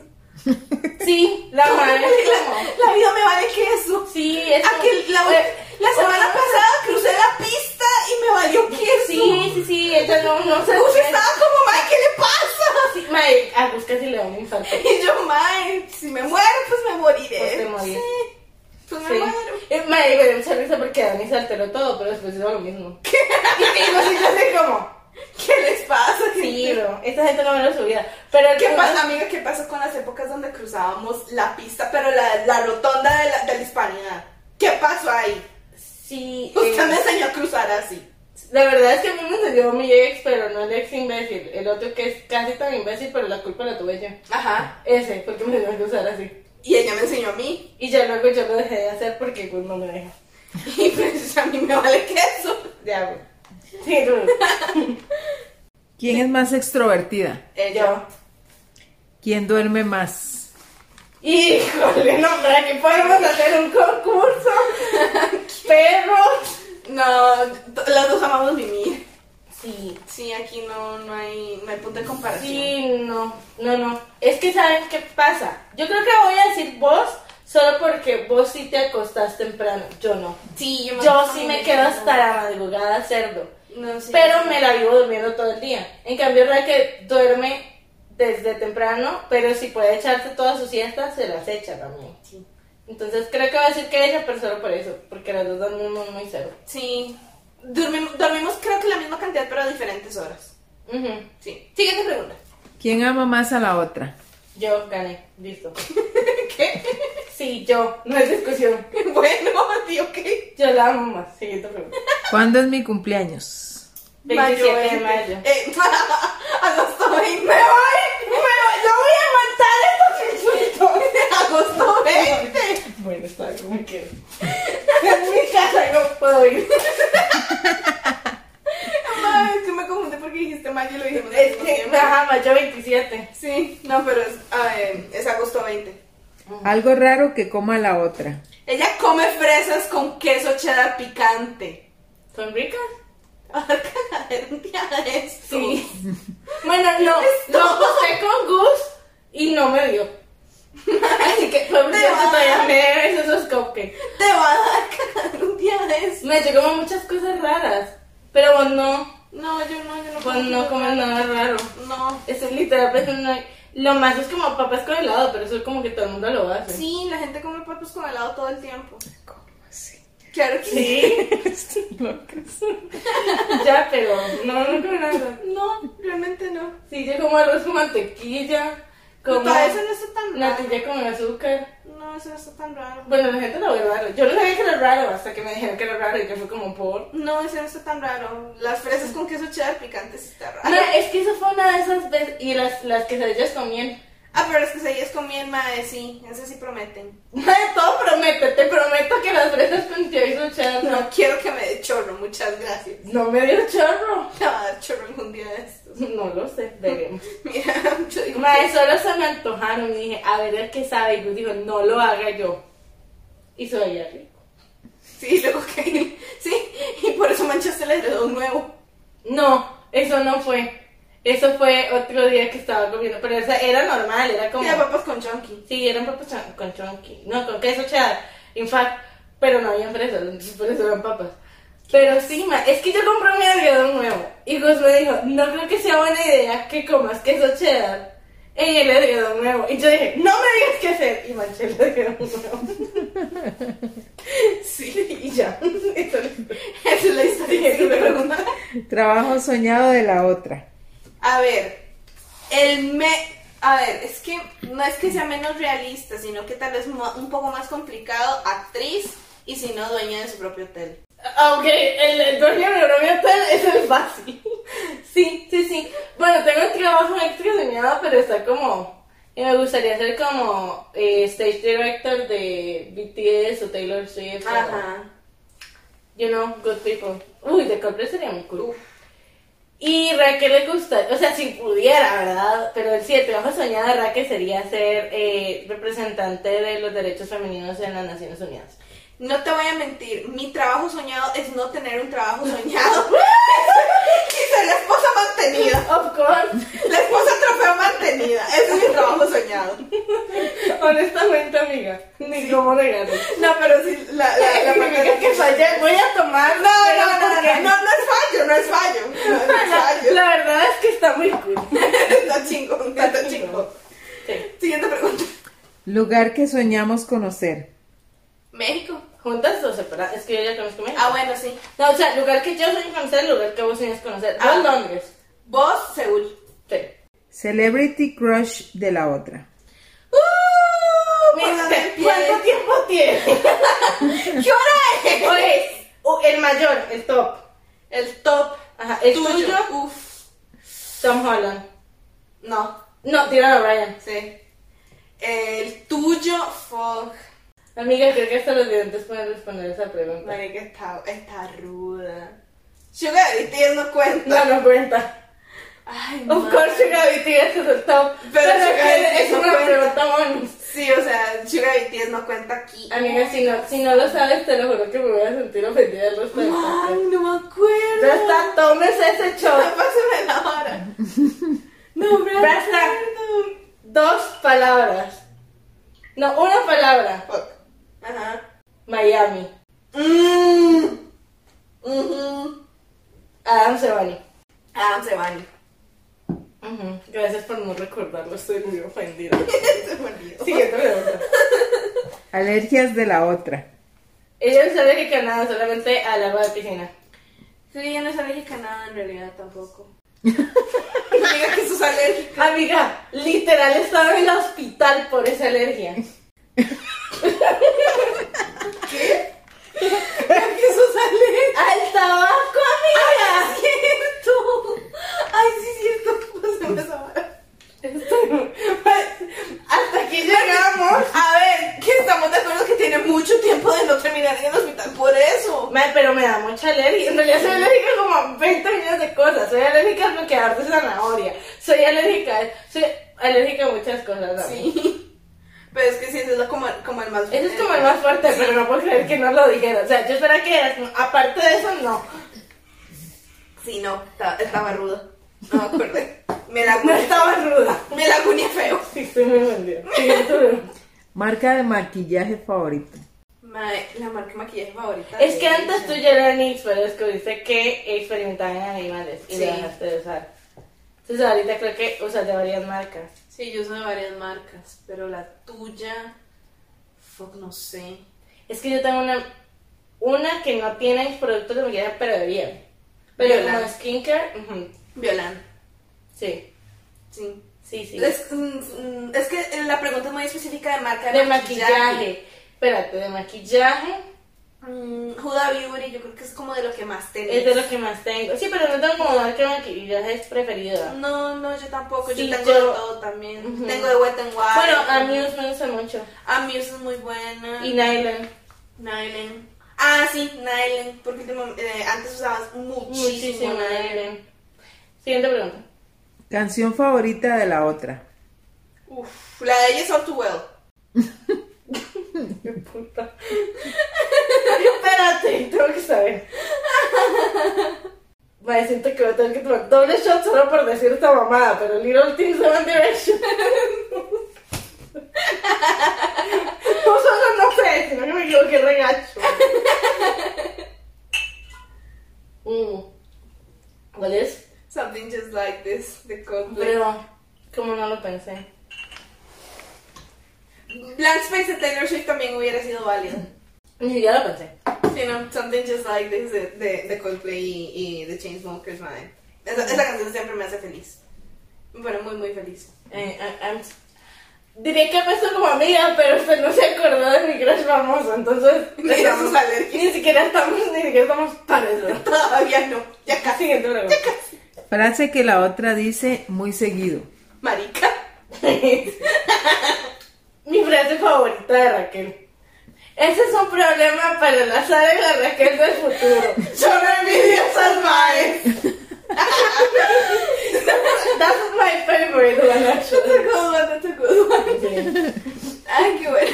Speaker 1: sí, la madre.
Speaker 2: La, la vida me vale queso.
Speaker 1: Sí, es como-
Speaker 2: Aquel- la,
Speaker 1: Eh,
Speaker 2: la semana
Speaker 1: o-
Speaker 2: pasada crucé la pista y me valió queso.
Speaker 1: Sí, sí, sí, ella no, no se
Speaker 2: Uy, estaba como, mae, ¿qué le pasa?
Speaker 1: pues Sí, mae, a Gus casi le da un infarto.
Speaker 2: Y yo, mae, si me muero, pues me moriré.
Speaker 1: Pues te morís.
Speaker 2: Sí, pues me
Speaker 1: Sí.
Speaker 2: muero.
Speaker 1: Eh, Mae, me dio mucha risa porque Dani se alteró todo, pero después hizo lo mismo. Y digo, sí, yo sé cómo.
Speaker 2: ¿Qué les pasa?
Speaker 1: Sí, bro, esta gente no me lo subía. Pero el
Speaker 2: ¿Qué
Speaker 1: punto-
Speaker 2: pasa, amiga? ¿Qué pasa con las épocas donde cruzábamos la pista, pero la, la rotonda de la, de la hispanidad? ¿Qué pasó ahí?
Speaker 1: Sí, eh,
Speaker 2: Usted me enseñó a cruzar así.
Speaker 1: la verdad es que a mí me enseñó mi ex, pero no el ex imbécil. El otro que es casi tan imbécil, pero la culpa la tuve yo.
Speaker 2: Ajá.
Speaker 1: Ese, porque me enseñó a cruzar así.
Speaker 2: Y ella me enseñó a mí.
Speaker 1: Y ya luego yo lo dejé de hacer porque Gus no me deja.
Speaker 2: Y pues a mí me vale queso.
Speaker 1: Ya, bro. Sí, bro.
Speaker 3: ¿Quién es más extrovertida?
Speaker 1: Yo.
Speaker 3: ¿Quién duerme más?
Speaker 1: Híjole, no, para que podemos hacer un concurso. Perros.
Speaker 2: No, t- las dos amamos vivir.
Speaker 1: Sí.
Speaker 2: Sí, aquí no, no hay, no hay punto de comparación.
Speaker 1: Sí, no, no, no. Es que saben qué pasa. Yo creo que voy a decir vos solo porque vos sí te acostás temprano. Yo no.
Speaker 2: Sí,
Speaker 1: Yo sí me quedo hasta la madrugada cerdo.
Speaker 2: No, sí,
Speaker 1: Pero
Speaker 2: sí.
Speaker 1: me la vivo durmiendo todo el día. En cambio, que duerme desde temprano, pero si puede echarse todas sus siestas, se las echa también.
Speaker 2: Sí.
Speaker 1: Entonces creo que voy a decir que ella, pero solo por eso, porque las dos dormimos muy cerdo.
Speaker 2: Sí. Dormim- dormimos creo que la misma cantidad, pero a diferentes horas.
Speaker 1: Ujú.
Speaker 2: Sí. Siguiente pregunta.
Speaker 3: ¿Quién ama más a la otra?
Speaker 1: Yo gané, listo.
Speaker 2: ¿Qué?
Speaker 1: Sí, yo, no es discusión.
Speaker 2: Bueno, tío, ¿qué?
Speaker 1: Yo la amo más, siguiente pregunta.
Speaker 3: ¿Cuándo es mi cumpleaños?
Speaker 1: 27 de mayo.
Speaker 2: Eh, agosto 20. Me voy, me voy, no voy a aguantar estos insultos. Agosto 20.
Speaker 1: Bueno, está bien, me quedo. En mi casa no puedo ir.
Speaker 2: Ay, yo me confundí porque dijiste mal y lo dijimos. al
Speaker 1: Es
Speaker 2: mismo
Speaker 1: que,
Speaker 2: tiempo.
Speaker 1: ajá, mayo 27.
Speaker 2: Sí, no, pero es, ah, eh, es agosto 20.
Speaker 3: Algo raro que coma la otra.
Speaker 2: Ella come fresas con queso cheddar picante.
Speaker 1: ¿Son ricas?
Speaker 2: Era un día de esto.
Speaker 1: Oh. Sí. bueno, no, lo
Speaker 2: Esto.
Speaker 1: pasé con Gus y no me dio. Así que por
Speaker 2: Te
Speaker 1: cierto,
Speaker 2: va.
Speaker 1: todavía me debes esos cupcakes.
Speaker 2: Te va a dar cagar un día de eso.
Speaker 1: Me yo como muchas cosas raras. Pero vos no.
Speaker 2: No, yo no, yo no.
Speaker 1: Vos Pues no comes nada raro.
Speaker 2: No.
Speaker 1: Eso es literal, pues, no- Lo más es como papas con helado, pero eso es como que todo el mundo lo hace.
Speaker 2: Sí, la gente come papas con helado todo el tiempo.
Speaker 3: ¿Cómo así?
Speaker 2: Claro que sí.
Speaker 1: Sí,
Speaker 3: Están locas.
Speaker 1: ya, pero no, no como nada.
Speaker 2: No, realmente no.
Speaker 1: Sí, yo como arroz con mantequilla, como
Speaker 2: Para eso no está tan raro.
Speaker 1: natilla con azúcar.
Speaker 2: No, eso no está tan raro.
Speaker 1: Bueno, la gente lo ve raro. Yo no sabía que era raro hasta que me dijeron que era raro y que fue como por...
Speaker 2: No, eso no está tan raro. Las fresas con queso cheddar picante sí está raro.
Speaker 1: No, es que eso fue una de esas veces y las, las quesadillas también.
Speaker 2: Ah, pero las quesadillas con miel, madre, sí. Esas sí prometen.
Speaker 1: Madre, todo promete, te prometo que las fresas con chorizo cheddar no,
Speaker 2: No quiero que me dé chorro, muchas gracias.
Speaker 1: no me dio chorro.
Speaker 2: Te va a dar chorro algún día de estos.
Speaker 1: No lo sé, veremos.
Speaker 2: Mira, yo digo...
Speaker 1: Madre, solo se me antojaron y dije, a ver el que sabe. Y Gus dijo, no lo haga yo. Y se veía rico.
Speaker 2: Sí, luego que... Sí, y por eso manchaste el edredón nuevo.
Speaker 1: No, eso no fue. Eso fue otro día que estaba comiendo. Pero o sea, era normal, era como.
Speaker 2: Mira, papas con chonky.
Speaker 1: Sí, eran papas chon- con chonqui. No, con queso cheddar. In fact, pero no había fresas, entonces por eso eran papas. Pero sí, ma, es que yo compré mi algodón nuevo. Y Gus me dijo, no creo que sea buena idea que comas queso cheddar en el algodón nuevo. Y yo dije, no me digas qué hacer. Y manché el algodón nuevo. sí, y ya. Eso le-
Speaker 2: Esa es la historia que me preguntan.
Speaker 3: Trabajo soñado de la otra.
Speaker 2: A ver, el me... A ver, es que no es que sea menos realista, sino que tal vez mo- un poco más complicado, actriz y si no, dueña de su propio hotel.
Speaker 1: Aunque Ah, el, el dueño de Romeo Tal es el fácil. Sí, sí, sí. Bueno, tengo un trabajo extra soñado, pero está como. Y me gustaría ser como eh, stage director de BTS o Taylor Swift. o, you know, good people. Uy, de Coldplay sería muy cool. Y Raquel le gusta, o sea, si pudiera, ¿verdad? Pero sí, el trabajo soñado de Raquel sería ser eh, representante de los derechos femeninos en las Naciones Unidas.
Speaker 2: No te voy a mentir, mi trabajo soñado es no tener un trabajo soñado. y ser la esposa mantenida.
Speaker 1: Of course.
Speaker 2: La esposa trofeo mantenida. Ese es mi trabajo soñado.
Speaker 1: Honestamente, amiga, ni como regalo.
Speaker 2: No, pero sí, la, la, la parte de-
Speaker 1: que fallé, voy a tomar.
Speaker 2: No, no, no, no, no, no, no es fallo, no es fallo. No, no es fallo.
Speaker 1: La verdad es que está muy cool.
Speaker 2: Está chingón, está
Speaker 1: chingón.
Speaker 2: chingón.
Speaker 1: Sí.
Speaker 2: Siguiente pregunta.
Speaker 3: Lugar que soñamos conocer.
Speaker 2: México.
Speaker 1: Juntas o separadas, es que yo ya conozco México.
Speaker 2: Ah, bueno, sí.
Speaker 1: No, o sea, lugar que yo soy conocer, lugar que vos tenías conocer.
Speaker 2: Ah.
Speaker 1: Ah, Londres.
Speaker 2: Vos, Seúl.
Speaker 1: Sí.
Speaker 3: Celebrity crush de la otra.
Speaker 2: ¡Uh! Mira,
Speaker 1: Mira,
Speaker 2: de pie.
Speaker 1: ¿Cuánto tiempo tienes?
Speaker 2: ¿Qué hora es?
Speaker 1: Oye, o el mayor, el top.
Speaker 2: El top.
Speaker 1: Ajá, el
Speaker 2: ¿Tuyo?
Speaker 1: tuyo,
Speaker 2: Uf.
Speaker 1: Tom Holland.
Speaker 2: No,
Speaker 1: No, Dylan O'Brien.
Speaker 2: sí. El tuyo, fuck.
Speaker 1: Amiga, creo que hasta los videntes pueden responder esa pregunta.
Speaker 2: Marica, está, está ruda. Sugar Daddy Tears no cuenta.
Speaker 1: No, no cuenta.
Speaker 2: Ay,
Speaker 1: Of
Speaker 2: madre.
Speaker 1: course, Sugar Daddy Tears es el top.
Speaker 2: Pero
Speaker 1: Pero,
Speaker 2: Sugar Daddy
Speaker 1: es,
Speaker 2: Tears
Speaker 1: es
Speaker 2: no
Speaker 1: una
Speaker 2: cuenta.
Speaker 1: pregunta bonus.
Speaker 2: Sí, o sea, Sugar Daddy Tears no cuenta aquí.
Speaker 1: Amiga, si no, si no lo sabes, te lo juro que me voy a sentir ofendida el resto del
Speaker 2: Ay,
Speaker 1: podcast.
Speaker 2: no me acuerdo.
Speaker 1: Ya está, tómese ese shot.
Speaker 2: Pásame la hora. No, Brad.
Speaker 1: Brasa. Dos palabras. No, una palabra.
Speaker 2: Fuck. Ajá.
Speaker 1: Miami.
Speaker 2: Mmm. Mhm.
Speaker 1: Adam Sebani.
Speaker 2: Adam Sebani.
Speaker 1: Gracias por no recordarlo, estoy muy ofendida.
Speaker 2: Se me olvidó.
Speaker 1: Siguiente pregunta.
Speaker 3: Alergias de la otra.
Speaker 1: Ella no sabe que Canadá solamente al agua de piscina.
Speaker 2: Sí, yo no soy alérgica a nada en realidad tampoco. Diga que sos alérgica.
Speaker 1: Amiga, literal estaba en el hospital por esa alergia.
Speaker 2: Que sos alérgica.
Speaker 1: ¡Al tabaco, amiga!
Speaker 2: Cierto. Ay, sí, cierto. Pásame esa hora.
Speaker 1: Hasta aquí llegamos.
Speaker 2: A ver, que estamos de acuerdo que tiene mucho tiempo de no terminar en el hospital por eso.
Speaker 1: Ma, pero me da mucha alergia. En realidad soy alérgica como a 20 millones de cosas. Soy alérgica al bloqueador de zanahoria. Soy alérgica, soy alérgica a muchas cosas. ¿no?
Speaker 2: Sí. Pero es que sí, eso es lo- como, como el más
Speaker 1: Ese es como el más fuerte, pero no puedo creer que no lo dijera. O sea, yo esperaba que eras- aparte de eso, no.
Speaker 2: Sí, no, está- estaba rudo. No me acuerdo. Me la no estaba ruda. Me la guñé feo.
Speaker 1: Sí, estoy muy ofendida. Sí,
Speaker 3: Marca de maquillaje favorito.
Speaker 2: Mae, la marca de maquillaje favorita.
Speaker 1: Es
Speaker 2: de
Speaker 1: que antes
Speaker 2: ella.
Speaker 1: tú ya eras Nix, pero descubriste que experimentaban en animales y
Speaker 2: Sí.
Speaker 1: lo dejaste de usar. Entonces ahorita creo que usas de varias marcas.
Speaker 2: Sí, yo uso de varias marcas, pero la tuya. Fuck, no sé.
Speaker 1: Es que yo tengo una, una que no tiene productos de maquillaje, pero deberían. Pero
Speaker 2: Viola.
Speaker 1: como skincare, ujú,
Speaker 2: Violan.
Speaker 1: sí,
Speaker 2: Sí.
Speaker 1: sí, sí.
Speaker 2: Es, mm, mm, es que eh, la pregunta es muy específica de marca
Speaker 1: de maquillaje. Espérate, de maquillaje
Speaker 2: Mm, Huda Beauty, yo creo que es como de lo que más tenés.
Speaker 1: es de lo que más tengo. Sí, pero no tengo como marca de maquillaje es preferida.
Speaker 2: No, no, yo tampoco.
Speaker 1: Sí,
Speaker 2: yo tengo de
Speaker 1: yo-
Speaker 2: todo también.
Speaker 1: Ujú.
Speaker 2: Tengo de Wet n Wild.
Speaker 1: Bueno, a mí me gusta mucho.
Speaker 2: Amuse es muy buena.
Speaker 1: Y Nylon.
Speaker 2: Nylon. Ah, sí, Nylon. Porque último- eh, antes usabas muchísimo,
Speaker 1: Muchísimo
Speaker 2: Nylon.
Speaker 1: Nylon. Siguiente pregunta.
Speaker 3: Canción favorita de la otra.
Speaker 2: Uf, la de ella es All Too Well.
Speaker 1: Qué puta. Espérate, tengo que saber. Vaya, siento que voy a tener que tomar doble shot solo por decir esta mamada, pero Little Things de One Direction. No solo no sé, sino que me equivoqué regacho. Mm. ¿Cuál es?
Speaker 2: Something just like this, de Coldplay.
Speaker 1: Pero, como no lo pensé.
Speaker 2: Blank Space de Taylor Swift también hubiera sido válido.
Speaker 1: Ni siquiera lo pensé.
Speaker 2: Sí, no, Something just like this de, de, de Coldplay y, y de Chainsmokers, madre. Esa, esa canción siempre me hace feliz. Bueno, muy, muy feliz.
Speaker 1: Eh, I- I'm- Diré que empezó como amiga, pero usted no se acordó de mi crush famoso, entonces
Speaker 2: Mira sus alergias.
Speaker 1: ni siquiera estamos, ni siquiera estamos para eso.
Speaker 2: Todavía no, ya casi.
Speaker 1: Siguiente pregunta.
Speaker 3: Frase que la otra dice muy seguido.
Speaker 2: Marica.
Speaker 1: mi frase favorita de Raquel. Ese es un problema para la saga de la Raquel del futuro.
Speaker 2: Yo no envidio esas madres.
Speaker 1: That's my favorite one,
Speaker 2: That's
Speaker 1: actually.
Speaker 2: a good one, that's a good one.
Speaker 1: Sí.
Speaker 2: Ay, qué bueno.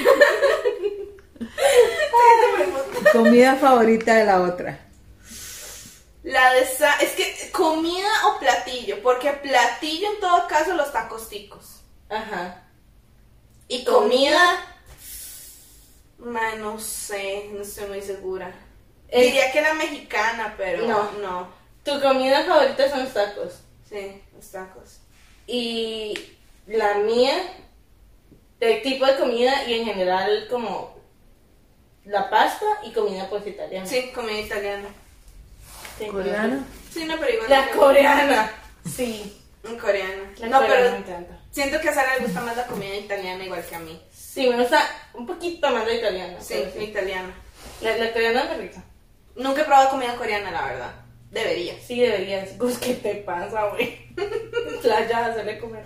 Speaker 2: Siguiente pregunta.
Speaker 3: Comida favorita de la otra.
Speaker 2: La de sa es que comida o platillo, porque platillo en todo caso los tacos ticos.
Speaker 1: Ajá.
Speaker 2: Y comida, ma, no sé, no estoy muy segura.
Speaker 1: Eh,
Speaker 2: Diría que la mexicana, pero
Speaker 1: No.
Speaker 2: no, no.
Speaker 1: Tu comida favorita son los tacos.
Speaker 2: Sí, los tacos.
Speaker 1: y la mía del tipo de comida y en general como la pasta y comida pues italiana.
Speaker 2: Sí, comida italiana.
Speaker 1: Sí,
Speaker 3: Coreana.
Speaker 2: Sí, no, pero igual.
Speaker 1: La coreana. Sí.
Speaker 2: Coreana.
Speaker 1: La
Speaker 2: no,
Speaker 1: coreana me
Speaker 2: pero
Speaker 1: encanta.
Speaker 2: siento que a Sara le gusta más la comida italiana igual que a mí.
Speaker 1: Sí, me gusta un poquito más la italiana.
Speaker 2: Sí,
Speaker 1: pero
Speaker 2: italiana.
Speaker 1: La, la coreana es rica.
Speaker 2: Nunca he probado comida coreana, la verdad. Debería.
Speaker 1: Sí, deberías. Gus, ¿qué te pasa, güey? Playa, hacerle comer.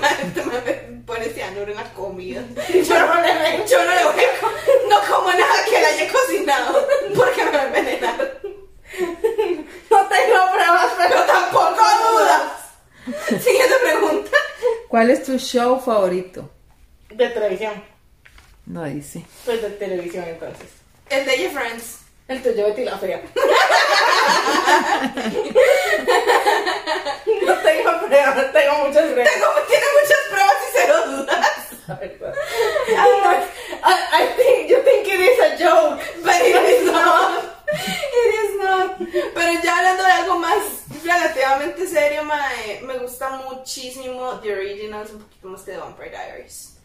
Speaker 2: Madre, me pone cianuro en la comida.
Speaker 1: Yo no le veo.
Speaker 2: Yo no le voy a co- no como nada que le haya cocinado porque me va a envenenar.
Speaker 1: No tengo pruebas,
Speaker 2: Pero
Speaker 1: pero
Speaker 2: tampoco dudas. Siguiente pregunta.
Speaker 3: ¿Cuál es tu show favorito?
Speaker 1: De televisión.
Speaker 3: No dice.
Speaker 1: Pues de televisión, entonces.
Speaker 2: El de ella Friends.
Speaker 1: El tuyo, Betty la Fea. no tengo pruebas, tengo muchas pruebas.
Speaker 2: Tengo, tiene muchas pruebas y cero dudas.
Speaker 1: la verdad. I, I think, you think it is a joke.
Speaker 2: Pero it is not. It is not. Pero ya hablando de algo más relativamente serio, mae, me gusta muchísimo The Originals, un poquito más que The Vampire Diaries.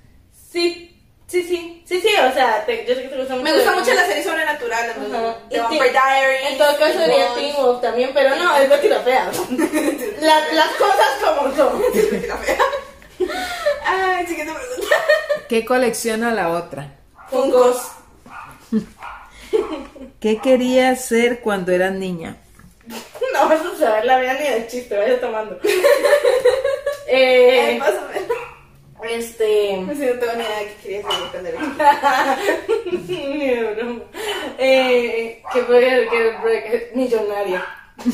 Speaker 1: Sí, sí, sí. Sí, sí, o sea, te- yo sé que te gusta mucho.
Speaker 2: Me gusta
Speaker 1: de-
Speaker 2: mucho la serie sobrenatural,
Speaker 1: Ajá.
Speaker 2: The
Speaker 1: Y
Speaker 2: Vampire
Speaker 1: Teen-
Speaker 2: Diaries.
Speaker 1: En todo caso sería
Speaker 2: Lost.
Speaker 1: Teen Wolf también, pero no, es Betty la Fea. La- las cosas como son.
Speaker 2: Ay, siguiente pregunta.
Speaker 3: ¿Qué colecciona la otra?
Speaker 2: Fungos.
Speaker 3: ¿Qué querías ser cuando eras niña?
Speaker 1: No vas a saber la vida ni de chiste, vaya tomando. Eh,
Speaker 2: Pásame.
Speaker 1: este...
Speaker 2: Pues yo no tengo ni idea de qué quería salir cuando era chiquita.
Speaker 1: Ni de broma. Eh, que podría que break- millonaria.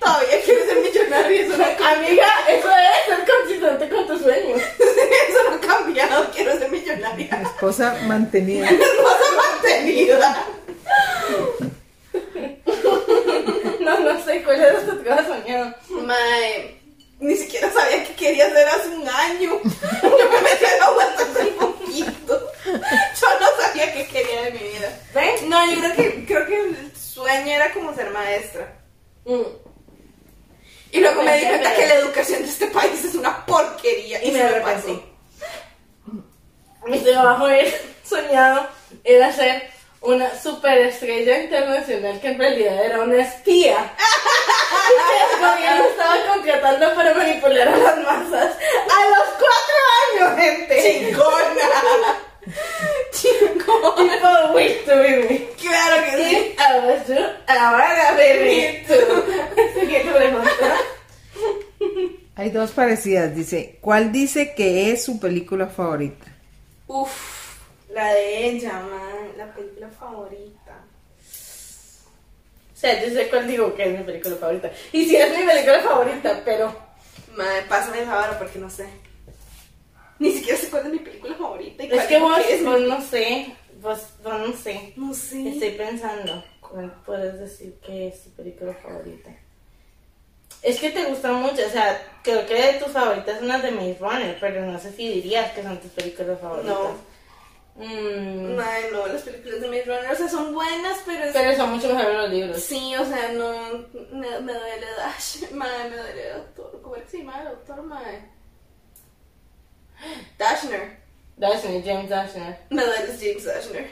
Speaker 2: Todavía quiero ser millonaria, eso no, ha ca-
Speaker 1: Amiga, eso es ser consistente con tus sueños.
Speaker 2: eso no ha cambiado. Quiero ser millonaria.
Speaker 3: Esposa mantenida.
Speaker 2: Hermosa mantenida.
Speaker 1: No, no sé cuál es tu maestra.
Speaker 2: ¿Ve? No, yo creo que, creo que el sueño era como ser maestra.
Speaker 1: Mm.
Speaker 2: Y luego me di
Speaker 1: Sí,
Speaker 2: cuenta
Speaker 1: pero-
Speaker 2: que la educación de este país es una porquería.
Speaker 1: Y me
Speaker 2: se
Speaker 1: arrepentí.
Speaker 2: pasó.
Speaker 1: Mi trabajo es soñado era ser una superestrella internacional que en realidad era una espía. Y que el gobierno estaba contratando para manipular a las masas. A los cuatro años, gente.
Speaker 2: ¡Chingona! ¡Chingona!
Speaker 1: Tipo, wait to be
Speaker 2: ¡Claro que sí!
Speaker 1: me. Ahora tú, ahora baby tú. Siguiente pregunta.
Speaker 3: Hay dos parecidas. Dice, ¿cuál dice que es su película favorita?
Speaker 2: Uf, la de ella, man, la película favorita.
Speaker 1: O sea, yo sé cuál digo que es mi película favorita. Y sí es mi película favorita, pero.
Speaker 2: Madre, pásame la vara porque no sé. Ni siquiera sé cuál es mi película favorita. y
Speaker 1: Es
Speaker 2: cuál
Speaker 1: que vos,
Speaker 2: es mi-
Speaker 1: vos no sé. Vos, vos no sé.
Speaker 2: No sé.
Speaker 1: Estoy pensando, ¿cuál puedes decir que es tu película favorita? Es que te gustan mucho, o sea, creo que de tus favoritas son las de Maze Runner, pero no sé si dirías que son tus películas favoritas. Mm,
Speaker 2: Madre, no, las películas de Maze Runner, o sea, son buenas, pero es-
Speaker 1: Pero son mucho mejores los libros.
Speaker 2: Sí, o sea, no, me, me duele Dash, madre, me duele el doctor, ¿cómo es que se llama el doctor, madre? Dashner,
Speaker 1: Dashner, James Dashner.
Speaker 2: me duele James Dashner.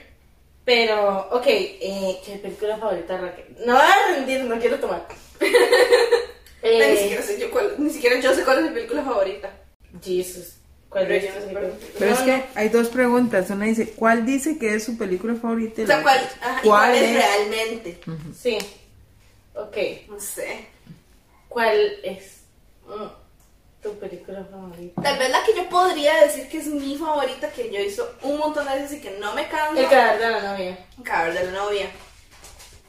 Speaker 1: Pero, ok, eh, ¿qué película favorita, Raquel? No voy a rendir, no quiero tomar.
Speaker 2: Ni
Speaker 1: eh,
Speaker 2: siquiera sé yo cuál, ni siquiera yo sé cuál es mi película favorita.
Speaker 1: Jesus. ¿Cuál
Speaker 2: Pero
Speaker 1: es
Speaker 2: yo no
Speaker 1: tu
Speaker 2: sé
Speaker 1: película?
Speaker 2: cuál es.
Speaker 3: Pero es
Speaker 1: No,
Speaker 3: que hay dos preguntas. Una dice, ¿cuál dice que es su película favorita? Y
Speaker 2: O sea,
Speaker 3: la
Speaker 2: ¿cuál,
Speaker 3: otra,
Speaker 2: ajá, ¿y
Speaker 3: ¿Cuál
Speaker 2: cuál es
Speaker 3: es?
Speaker 2: realmente?
Speaker 1: no. Sí. Ok.
Speaker 2: No sé.
Speaker 1: ¿Cuál es mm, tu película favorita?
Speaker 2: Tal vez la que yo podría decir que es mi favorita, que yo hizo un montón de veces y que no me canso.
Speaker 1: El cadáver de la novia.
Speaker 2: cadáver de la novia.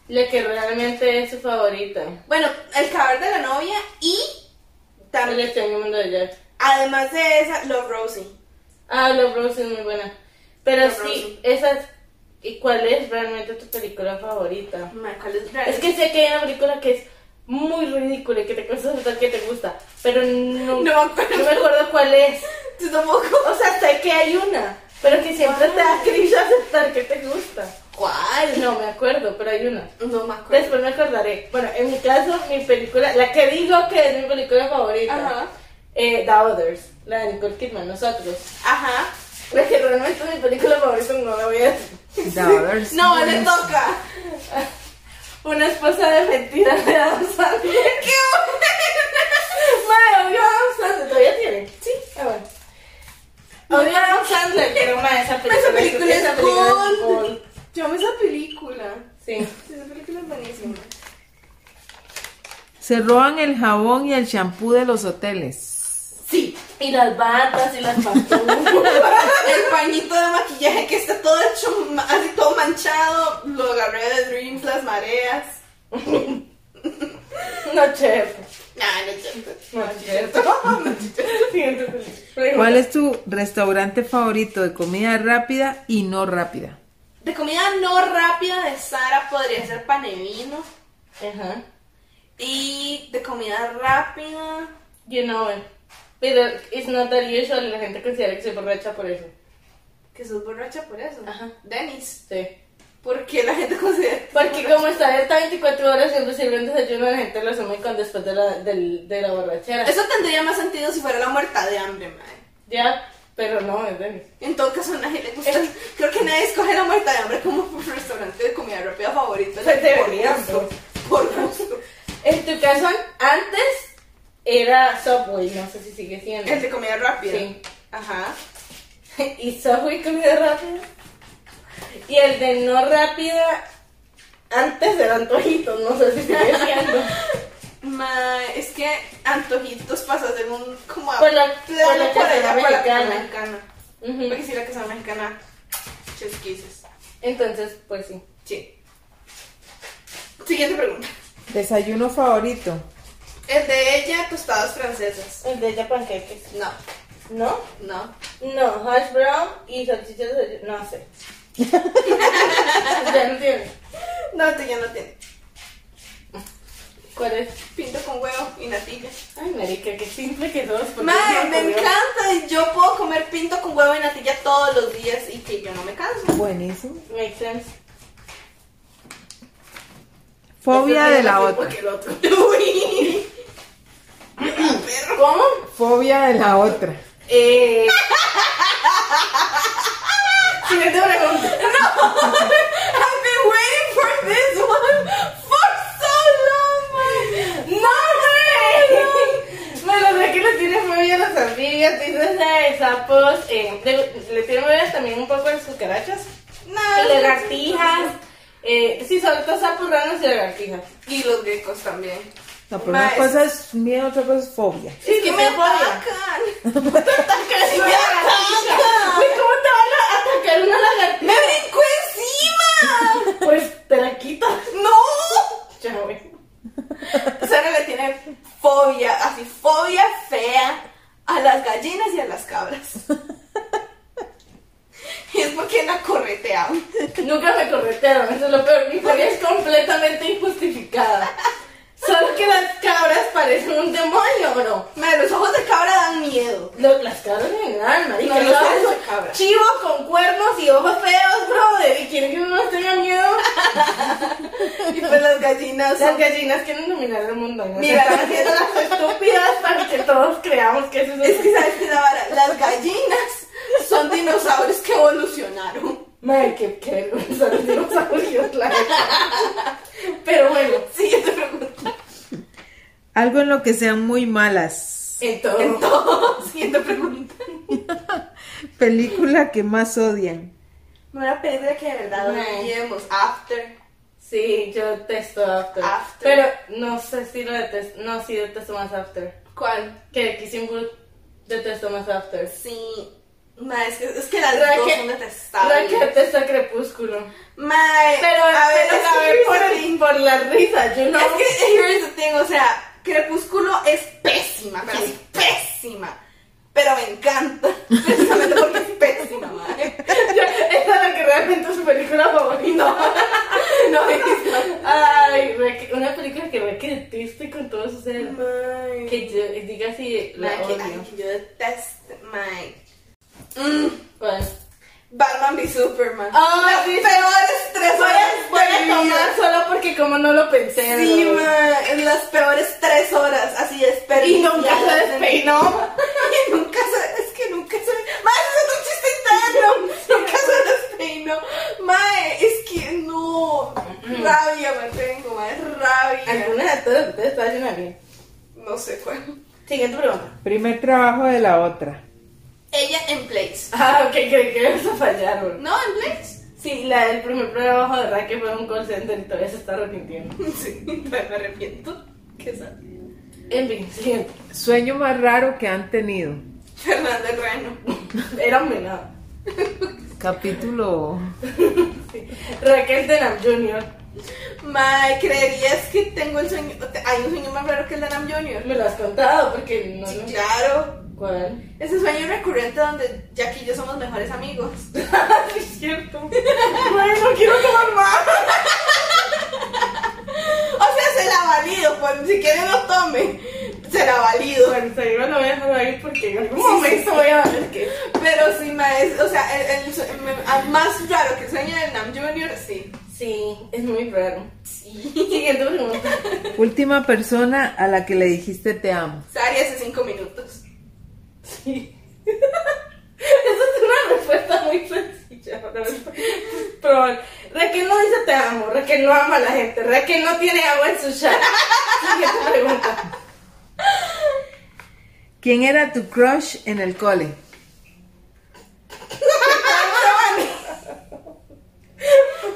Speaker 1: La que realmente es su favorita.
Speaker 2: Bueno, el cadáver de la novia y
Speaker 1: El
Speaker 2: también,
Speaker 1: extraño mundo de Jack.
Speaker 2: además de esa, Love Rosie.
Speaker 1: Ah, Love Rose es muy buena. Pero
Speaker 2: Love
Speaker 1: sí, esas. ¿Y cuál es realmente tu película favorita?
Speaker 2: Ma, ¿Cuál es real?
Speaker 1: Es que sé que hay una película que es muy ridícula y que te cuesta aceptar que te gusta, pero no,
Speaker 2: No me acuerdo.
Speaker 1: no me acuerdo cuál es.
Speaker 2: tú tampoco.
Speaker 1: O sea, sé que hay una, pero que siempre te da cringe aceptar que te gusta.
Speaker 2: ¿Cuál?
Speaker 1: No me acuerdo, pero hay una.
Speaker 2: No me acuerdo.
Speaker 1: Después me acordaré. Bueno, en mi caso, mi película, la que digo que es mi película favorita,
Speaker 2: Ajá.
Speaker 1: eh, The Others, la de Nicole Kidman, nosotros.
Speaker 2: Ajá.
Speaker 1: La que realmente es mi película favorita no la voy a decir.
Speaker 3: The Others.
Speaker 2: No, le toca.
Speaker 1: Una esposa de mentiras de Adam Sandler.
Speaker 2: ¡Qué bueno!
Speaker 1: Madre, obvio Adam Sandler, todavía tiene. Sí, ah, bueno. Obvio Adam Sandler, pero madre, esa película,
Speaker 2: Esa película es
Speaker 1: es
Speaker 2: gold.
Speaker 1: gold.
Speaker 2: Yo amo esa película.
Speaker 1: Sí.
Speaker 2: Esa película es buenísima.
Speaker 3: Se roban el jabón y el champú de los hoteles.
Speaker 1: Sí, y las batas y las pantuflas.
Speaker 2: El pañito de maquillaje que está todo hecho, ma- así todo manchado. Lo agarré de Dreams, las mareas.
Speaker 1: no, chévere.
Speaker 2: Nah, no es cierto.
Speaker 1: No, cierto. Siguiente pregunta.
Speaker 3: ¿Cuál es tu restaurante favorito de comida rápida y no rápida?
Speaker 2: De comida no rápida de Sara podría ser panevino.
Speaker 1: Ajá.
Speaker 2: Y de comida rápida.
Speaker 1: You know it. Pero it's not that usual y la gente considera que soy borracha por eso.
Speaker 2: Que sos borracha por eso.
Speaker 1: Ajá.
Speaker 2: Denis.
Speaker 1: Sí.
Speaker 2: ¿Por qué la gente considera?
Speaker 1: Porque como está abierta 24 horas siempre sirven desayuno, la gente lo asume con después de la, del- de la borrachera.
Speaker 2: Eso tendría más sentido si fuera la muerta de hambre, madre.
Speaker 1: Ya, pero no, es de
Speaker 2: En todo caso, a nadie le gusta. Creo que nadie escoge la muerta de hambre como restaurante de comida rápida favorito.
Speaker 1: Pues deberían,
Speaker 2: Por gusto. Por gusto.
Speaker 1: En tu caso, antes era Subway, no sé si sigue siendo.
Speaker 2: El de comida rápida.
Speaker 1: Sí.
Speaker 2: Ajá.
Speaker 1: Y Subway comida rápida. Y el de no rápida, antes eran tojitos, no sé si sigue siendo.
Speaker 2: Ma, es que antojitos pasas de un como a
Speaker 1: Por Pues la- por la
Speaker 2: plano
Speaker 1: casa
Speaker 2: por la casa
Speaker 1: mexicana.
Speaker 2: mexicana.
Speaker 1: Ujú.
Speaker 2: Porque si la casa mexicana, chesquises.
Speaker 1: Entonces, pues sí.
Speaker 2: Sí. Siguiente pregunta.
Speaker 3: Desayuno favorito.
Speaker 2: El de ella, tostadas francesas.
Speaker 1: El de ella panqueques.
Speaker 2: No,
Speaker 1: ¿No?
Speaker 2: no.
Speaker 1: No, hash brown y salchichas de... No sé. ya no tiene.
Speaker 2: No, este ya no tiene.
Speaker 1: ¿Cuál es?
Speaker 2: Pinto con huevo y natilla.
Speaker 1: Ay, marica, qué simple que dos. porque
Speaker 2: Mae,
Speaker 1: no
Speaker 2: me
Speaker 1: comió.
Speaker 2: encanta y yo puedo comer pinto con huevo y natilla todos los días y que yo no me canso.
Speaker 3: Buenísimo.
Speaker 1: Makes sense.
Speaker 3: Fobia de la otra.
Speaker 1: Porque el otro. Uy.
Speaker 2: ¿Cómo?
Speaker 3: Fobia de la otra.
Speaker 1: Eh,
Speaker 2: Siguiente pregunta. No. I've been waiting for this one for so long, man. No, güey.
Speaker 1: bueno, sé que le tiene fobia a las amigas, tiene de sapos, eh, le, le tiene fobia también un poco a las cucarachas,
Speaker 2: No.
Speaker 1: lagartijas, eh, sí, sobre todo sapos raros y lagartijas.
Speaker 2: Y los geckos también.
Speaker 3: No, pero una
Speaker 2: Mae.
Speaker 3: cosa es miedo, otra cosa es fobia.
Speaker 1: Sí,
Speaker 2: es que
Speaker 1: sí,
Speaker 2: me
Speaker 1: sí, fobia.
Speaker 2: atacan. Me atacan.
Speaker 1: ¡Ay,
Speaker 2: Me atacan.
Speaker 1: Uy, ¿cómo te van a atacar una
Speaker 2: Me
Speaker 1: lagartija?
Speaker 2: brincó encima.
Speaker 1: Pues te la quitas.
Speaker 2: No.
Speaker 1: Ya, güey.
Speaker 2: Sara le tiene fobia, así fobia fea a las gallinas y a las cabras. Y es porque la correteaban.
Speaker 1: Nunca me corretearon, eso es lo peor. Mi fobia es completamente injustificada. Solo que las cabras parecen un demonio, ¿o no?
Speaker 2: Mira, los ojos de cabra dan miedo.
Speaker 1: Lo- las cabras me dan, marica.
Speaker 2: No, los
Speaker 1: Yo
Speaker 2: ojos
Speaker 1: soy
Speaker 2: de cabra.
Speaker 1: Chivo con cuernos y ojos feos, brother. ¿Y quieren que uno nos tenga miedo?
Speaker 2: Y pues las gallinas
Speaker 1: Las
Speaker 2: son...
Speaker 1: gallinas quieren dominar el mundo. ¿no?
Speaker 2: Mira.
Speaker 1: Se están haciendo las estúpidas para que todos creamos que eso es...
Speaker 2: Es que sabes que la vara, las gallinas son dinosaurios que evolucionaron.
Speaker 1: Madre, qué, qué vergüenza los dinosaurios, la verdad. Pero bueno,
Speaker 2: Siguiente pregunta.
Speaker 3: Algo en lo que sean muy malas.
Speaker 1: en todo.
Speaker 2: En todo. Siguiente pregunta.
Speaker 3: Película que más odian.
Speaker 2: Una película que de verdad
Speaker 1: Ay.
Speaker 2: odiemos. After.
Speaker 1: Sí, yo detesto After.
Speaker 2: After.
Speaker 1: Pero no sé si lo detesto. No, sí detesto más After.
Speaker 2: ¿Cuál?
Speaker 1: Que Kissing Booth detesto más After.
Speaker 2: Sí. Ma, es que, es que las
Speaker 1: Raquel-
Speaker 2: dos son
Speaker 1: La que
Speaker 2: detestables.
Speaker 1: detesto Crepúsculo.
Speaker 2: Mae,
Speaker 1: Pero
Speaker 2: a
Speaker 1: a
Speaker 2: ver,
Speaker 1: pero
Speaker 2: es
Speaker 1: la
Speaker 2: que
Speaker 1: ver por,
Speaker 2: here's the
Speaker 1: el- por la risa, yo no.
Speaker 2: Es que here's the thing, o sea, Crepúsculo es pésima, pero es pésima. Pero me encanta, precisamente porque es pésima, madre.
Speaker 1: yo- esa es la que realmente es su película favorita.
Speaker 2: No, es
Speaker 1: Ay, Raquel, una película que que deteste con todo su ser.
Speaker 2: Mae.
Speaker 1: Que yo- diga si la
Speaker 2: Mae, que- ay,
Speaker 1: odio.
Speaker 2: que yo detesto, mae. Mm,
Speaker 1: ¿Cuál?
Speaker 2: Batman v Superman.
Speaker 1: Ah,
Speaker 2: Las
Speaker 1: sí, sí.
Speaker 2: peores tres
Speaker 1: Voy
Speaker 2: horas
Speaker 1: a, voy a
Speaker 2: de mi vida.
Speaker 1: tomar solo porque como no lo pensé.
Speaker 2: Sí,
Speaker 1: bro.
Speaker 2: mae, en las peores tres horas, así es.
Speaker 1: Y nunca se despeinó.
Speaker 2: Y nunca se, es que nunca se, mae, ese es un chiste interno, nunca se despeinó, mae, es que no, rabia me tengo, mae, rabia,
Speaker 1: Algunas de todas ustedes están haciendo bien.
Speaker 2: no sé cuál.
Speaker 1: Siguiente pregunta.
Speaker 3: Primer trabajo de la otra.
Speaker 2: Ella en Place.
Speaker 1: Ah, ok, creí que ibas a fallar, bro.
Speaker 2: ¿No en Place?
Speaker 1: Sí, la del primer trabajo de Raquel fue en un call center y todavía se está arrepintiendo.
Speaker 2: Sí, todavía me arrepiento, qué sad.
Speaker 1: En fin, siguiente.
Speaker 3: Sueño más raro que han tenido.
Speaker 2: Fernanda Reno.
Speaker 1: Era un venado.
Speaker 3: Capítulo.
Speaker 1: Sí. Raquel Denham Jr.
Speaker 2: Mae, ¿creerías que tengo el sueño, hay un sueño más raro que el de Nam Junior?
Speaker 1: Me lo has contado porque no
Speaker 2: Sí,
Speaker 1: no-
Speaker 2: claro.
Speaker 1: ¿Cuál?
Speaker 2: Ese sueño recurrente donde Jack y yo somos mejores amigos.
Speaker 1: sí, es cierto. Ay, no quiero tomar más.
Speaker 2: O sea, se la valido, pues si quieren lo tome, se la valido.
Speaker 1: Bueno, se iba, lo voy a dejar ahí porque en algún
Speaker 2: Sí, sí,
Speaker 1: momento
Speaker 2: sí.
Speaker 1: voy a ver que.
Speaker 2: Pero sí, ma, es, o sea, el, el sue- me- a- más raro que el sueño del Nam Junior, sí.
Speaker 1: Sí, es muy raro.
Speaker 2: Sí.
Speaker 1: Siguiente pregunta.
Speaker 3: Última persona a la que le dijiste te amo.
Speaker 2: Sari hace cinco minutos.
Speaker 1: Sí. Esa es una respuesta muy sencilla. una respuesta- Pero Raquel no dice te amo, Raquel no ama a la gente, Raquel no tiene agua en su chat. Siguiente pregunta.
Speaker 3: ¿Quién era tu crush en el cole?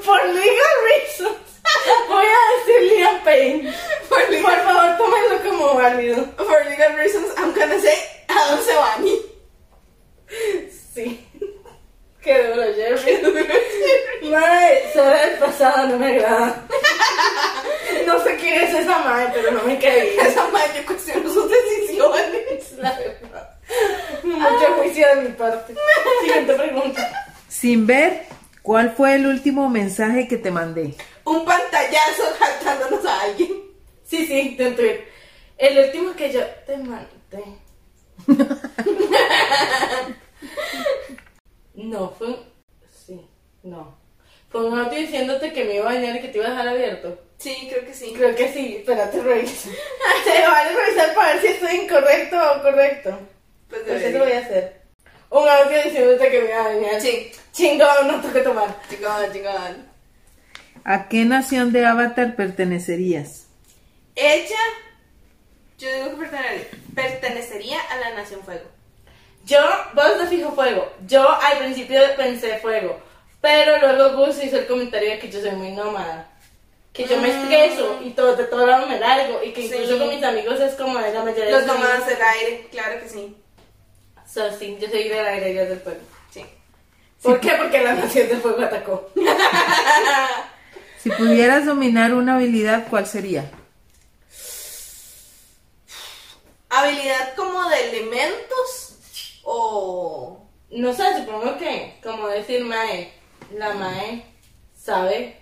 Speaker 1: Por legal reasons, voy a decir Liam Payne.
Speaker 2: For
Speaker 1: Por
Speaker 2: legal,
Speaker 1: favor, tómenlo como válido.
Speaker 2: for legal reasons, I'm gonna say Adam Sebani.
Speaker 1: Sí. Qué duro, Jerry. Madre, Sara del pasado no me agrada. No sé quién es esa madre, pero no me cae bien.
Speaker 2: Esa madre, yo cuestiono sus decisiones.
Speaker 1: La verdad. Mucho juicio de mi parte. Siguiente pregunta.
Speaker 3: Sin ver, ¿cuál fue el último mensaje que te mandé?
Speaker 2: Un pantallazo jaltándonos a alguien.
Speaker 1: Sí, sí, de Twitter. El último que yo te mandé. No, fue un... Sí, no. Con un audio diciéndote que me iba a bañar y que te iba a dejar abierto.
Speaker 2: Sí, creo que sí.
Speaker 1: Creo que sí, espérate, revisa. Te vale revisar para ver si estoy incorrecto o correcto.
Speaker 2: Pues
Speaker 1: Pues
Speaker 2: debería.
Speaker 1: eso voy a hacer. Un audio diciéndote que me iba a bañar.
Speaker 2: Sí.
Speaker 1: Chingón, no toque tomar.
Speaker 2: Chingón, chingón.
Speaker 3: ¿A qué nación de Avatar pertenecerías?
Speaker 2: Ella, yo digo que pertene- pertenecería a la Nación Fuego.
Speaker 1: Yo, vos te fijo fuego. Yo al principio pensé fuego. Pero luego Gus hizo el comentario de que yo soy muy nómada. Que yo me estreso y todo, de todo lado me largo. Y que
Speaker 2: Mm. Sí.
Speaker 1: incluso con mis amigos es como de la mayoría de
Speaker 2: Los
Speaker 1: mis amigos.
Speaker 2: nómadas del aire, claro que sí.
Speaker 1: So, sí, yo soy de la guerrilla del fuego.
Speaker 2: Sí.
Speaker 1: ¿Por qué? Porque la nación del fuego atacó.
Speaker 3: Si pudieras dominar una habilidad, ¿cuál sería?
Speaker 2: Habilidad como de elementos o.
Speaker 1: No sé, supongo que, como decir Mae, la Mae sabe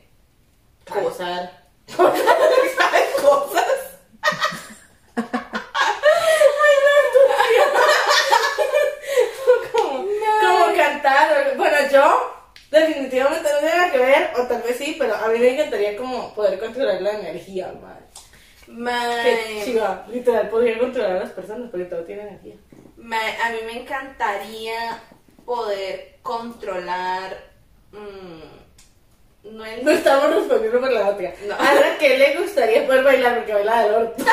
Speaker 1: cosar.
Speaker 2: ¿Sabes cosas?
Speaker 1: como, como cantar. o- Bueno, yo definitivamente no tiene nada que ver, o tal vez sí, pero a mí me encantaría como poder controlar la energía, Mae. Que
Speaker 2: Mae,
Speaker 1: chiva, literal, podría controlar a las personas porque todo tiene energía.
Speaker 2: mae, a mí me encantaría poder controlar. mm, no el.
Speaker 1: No estamos respondiendo por la otra.
Speaker 2: No.
Speaker 1: A la que le gustaría poder bailar porque baila del orto.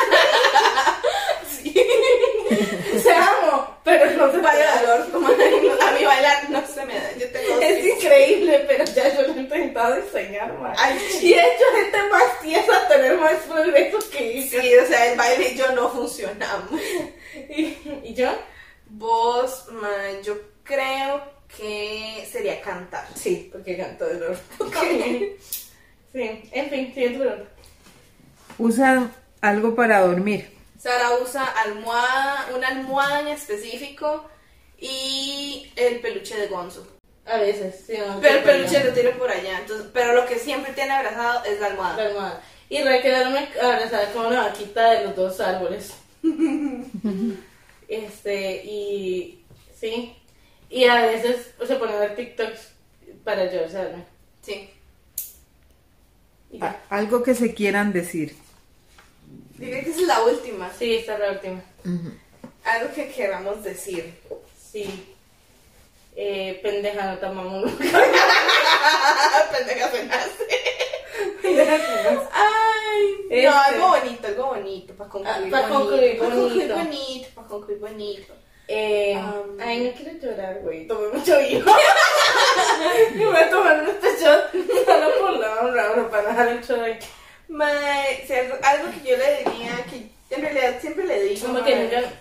Speaker 1: Se amo, pero no se baila del orto.
Speaker 2: Como a mí bailar no se me da. Yo tengo.
Speaker 1: Es increíble, pero ya yo lo he intentado enseñar, man.
Speaker 2: Ay,
Speaker 1: y he hecho gente más tiesa a tener más progreso que yo.
Speaker 2: Sí, o sea, el baile y yo no funcionamos.
Speaker 1: ¿Y, y yo?
Speaker 2: Vos, mae, yo creo que sería cantar.
Speaker 1: Sí, porque canto del orto. sí, en fin, siguiente pregunta.
Speaker 3: Usan algo para dormir.
Speaker 2: Sara usa almohada, una almohada en específico y el peluche de Gonzo.
Speaker 1: A veces, sí, no.
Speaker 2: Pero el peluche
Speaker 1: problema.
Speaker 2: lo tiene por allá, entonces, pero lo que siempre tiene abrazado es la almohada.
Speaker 1: Calmada. Y re quedarme abrazada con una vaquita de los dos árboles. este, y. Sí. Y a veces o sea, poner a ver TikToks para llorarme.
Speaker 2: Sí.
Speaker 1: Y
Speaker 3: A-
Speaker 1: ya.
Speaker 3: algo que se quieran decir.
Speaker 2: Diría que es la última.
Speaker 1: Sí, esta es la última.
Speaker 2: Algo que queramos decir.
Speaker 1: Sí. Eh, pendeja, no tomamos
Speaker 2: Ah, Pendeja cenaste.
Speaker 1: Eh,
Speaker 2: Ay,
Speaker 1: Este.
Speaker 2: no, algo bonito, algo bonito, para concluir,
Speaker 1: Ah, pa' concluir
Speaker 2: bonito. Para concluir
Speaker 1: bonito.
Speaker 2: bonito, para concluir bonito.
Speaker 1: Eh,
Speaker 2: Um.
Speaker 1: ay, no quiero llorar, güey. Tomé mucho vino. Me voy a tomar un shot. Solo por la honra, bro, para dejar el shot ahí.
Speaker 2: Mae, si algo, algo que yo le diría, que en realidad siempre le digo.
Speaker 1: Como que
Speaker 2: mae,
Speaker 1: nunca.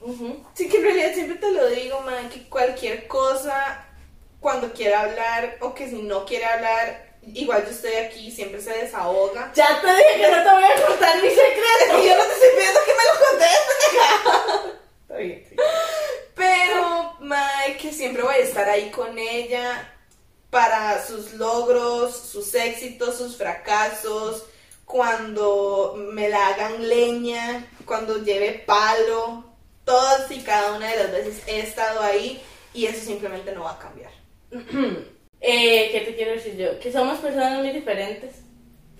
Speaker 1: Ujú.
Speaker 2: Sí, que en realidad siempre te lo digo, man, que cualquier cosa, cuando quiera hablar o que si no quiere hablar, igual yo estoy aquí, siempre se desahoga.
Speaker 1: Ya te dije que no te voy a contar mi secreto.
Speaker 2: Y yo no te estoy pidiendo que me lo contes,
Speaker 1: Está bien, sí.
Speaker 2: Pero, mae, que siempre voy a estar ahí con ella para sus logros, sus éxitos, sus fracasos, cuando me la hagan leña, cuando lleve palo, todas y cada una de las veces he estado ahí y eso simplemente no va a cambiar.
Speaker 1: Eh, ¿Qué te quiero decir yo? Que somos personas muy diferentes,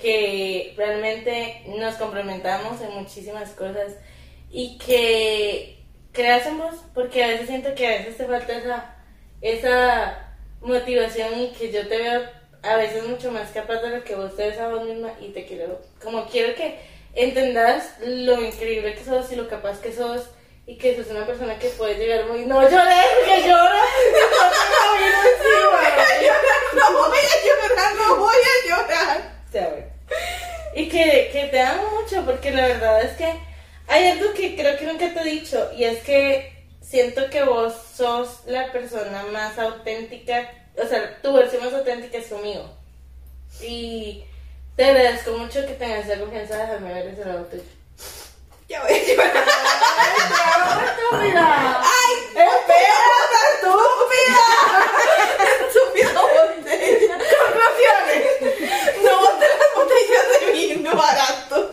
Speaker 1: que realmente nos complementamos en muchísimas cosas y que creas en vos, porque a veces siento que a veces te falta esa, esa motivación y que yo te veo a veces mucho más capaz de lo que vos te ves a vos misma y te quiero, como quiero que entendas lo increíble que sos y lo capaz que sos y que sos una persona que puede llegar muy... No llores, porque lloro. No, no, no, no, no, no.
Speaker 2: No voy a llorar, no voy a llorar.
Speaker 1: Ya, güey. Y que, que te amo mucho, porque la verdad es que hay algo que creo que nunca te he dicho, y es que siento que vos sos la persona más auténtica, o sea, tu versión más auténtica es conmigo. Y te agradezco mucho que tengas la confianza de dejarme ver ese lado tuyo.
Speaker 2: Ya voy a llorar.
Speaker 1: ¡Ay!
Speaker 2: Estúpida botella. Conclusiones. No boté las botellas de vino barato.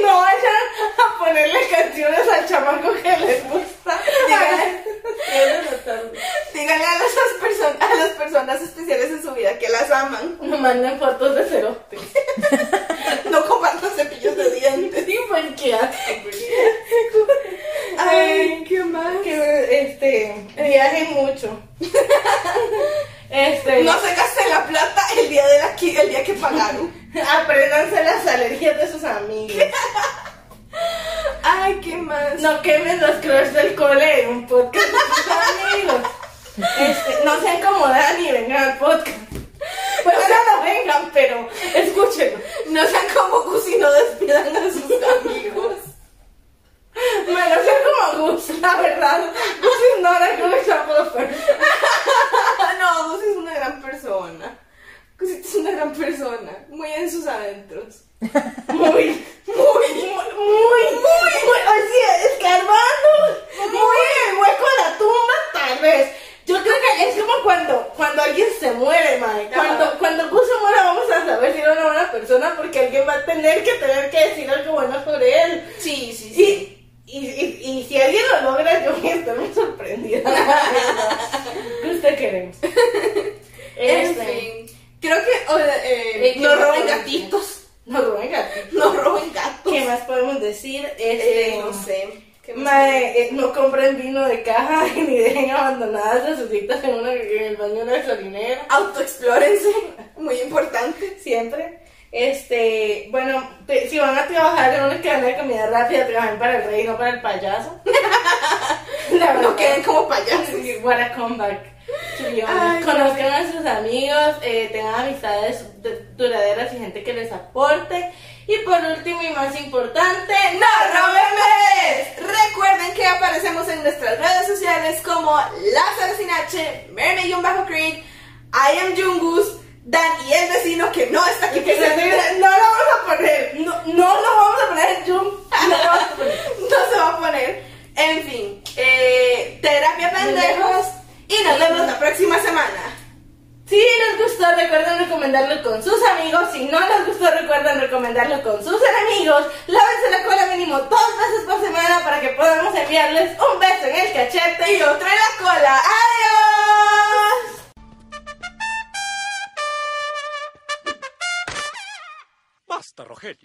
Speaker 1: No vayan a ponerle canciones al chamaco que les gusta.
Speaker 2: Díganle, díganle a, las personas, a las personas especiales en su vida
Speaker 1: me mandan fotos de cerotes.
Speaker 2: No compartan cepillos de dientes.
Speaker 1: Sí, pues qué asco, güey.
Speaker 2: Ay, qué eh, mal.
Speaker 1: Que este, viajen mucho. Este,
Speaker 2: No se gasten la plata el día de la qui- el día que pagaron.
Speaker 1: apréndanse las alergias de sus amigos.
Speaker 2: Ay, qué más.
Speaker 1: No quemen los crush del cole en un podcast de sus amigos. Este, no sean como Dani, vengan al podcast. Pues no, no vengan, pero escúchenlo.
Speaker 2: No sean como Gus y no despidan a sus amigos.
Speaker 1: Bueno, soy como Gus, la verdad. Gus ignora cómo está por
Speaker 2: no, Gus es una gran persona. Gus es una gran persona. Muy en sus adentros.
Speaker 1: Muy, muy, muy, muy, muy. O sea, escarbando. Muy en el hueco de la tumba, tal vez. Yo creo que es como cuando, cuando alguien se muere, madre. Cuando, cuando Gus se muera, vamos a saber si era una buena persona, porque alguien va a tener que tener que decir algo bueno sobre él.
Speaker 2: Sí, sí,
Speaker 1: Y, y, y, y si alguien lo logra, yo voy a estar muy sorprendida. Gus, te queremos.
Speaker 2: En
Speaker 1: Este.
Speaker 2: fin. Creo que o- eh,
Speaker 1: Eh,
Speaker 2: no
Speaker 1: que-
Speaker 2: roben gatitos.
Speaker 1: No ruega.
Speaker 2: No roben gatos.
Speaker 1: ¿Qué más podemos decir? Este,
Speaker 2: Eh, no sé. ¿Qué más?
Speaker 1: Mae, eh, no compren vino de caja ni dejen abandonadas las citas en, una- en el baño de la gasolinera.
Speaker 2: Autoexplórense. Muy importante.
Speaker 1: Siempre. Este, bueno, te- si van a trabajar en una cadena de comida rápida, trabajen para el rey, no para el payaso. La
Speaker 2: No
Speaker 1: verdad.
Speaker 2: queden como payasos.
Speaker 1: Sí, What a comeback. to be honest.
Speaker 2: Ay,
Speaker 1: Conozcan a sus amigos, eh, tengan amistades de- duraderas y gente que les aporte. Y por último y más importante,
Speaker 2: ¡No roben bebés! Recuerden que aparecemos en nuestras redes sociales como Lázaro Sin H, Mermaid y un bajo Creek, I am Jungus, Dan y el vecino que no está aquí
Speaker 1: Y que se
Speaker 2: presente.
Speaker 1: diga, no lo vamos a poner, no, no lo vamos a poner en Zoom, no lo vamos a poner.
Speaker 2: No se va a poner. En fin, eh, terapia pendejos y nos vemos la próxima semana.
Speaker 1: Si les gustó, recuerden recomendarlo con sus amigos. Si no les gustó, recuerden recomendarlo con sus enemigos. Lávense la cola mínimo dos veces por semana para que podamos enviarles un beso en el cachete
Speaker 2: Y otra en la cola. ¡Adiós!
Speaker 4: Basta, Rogelio.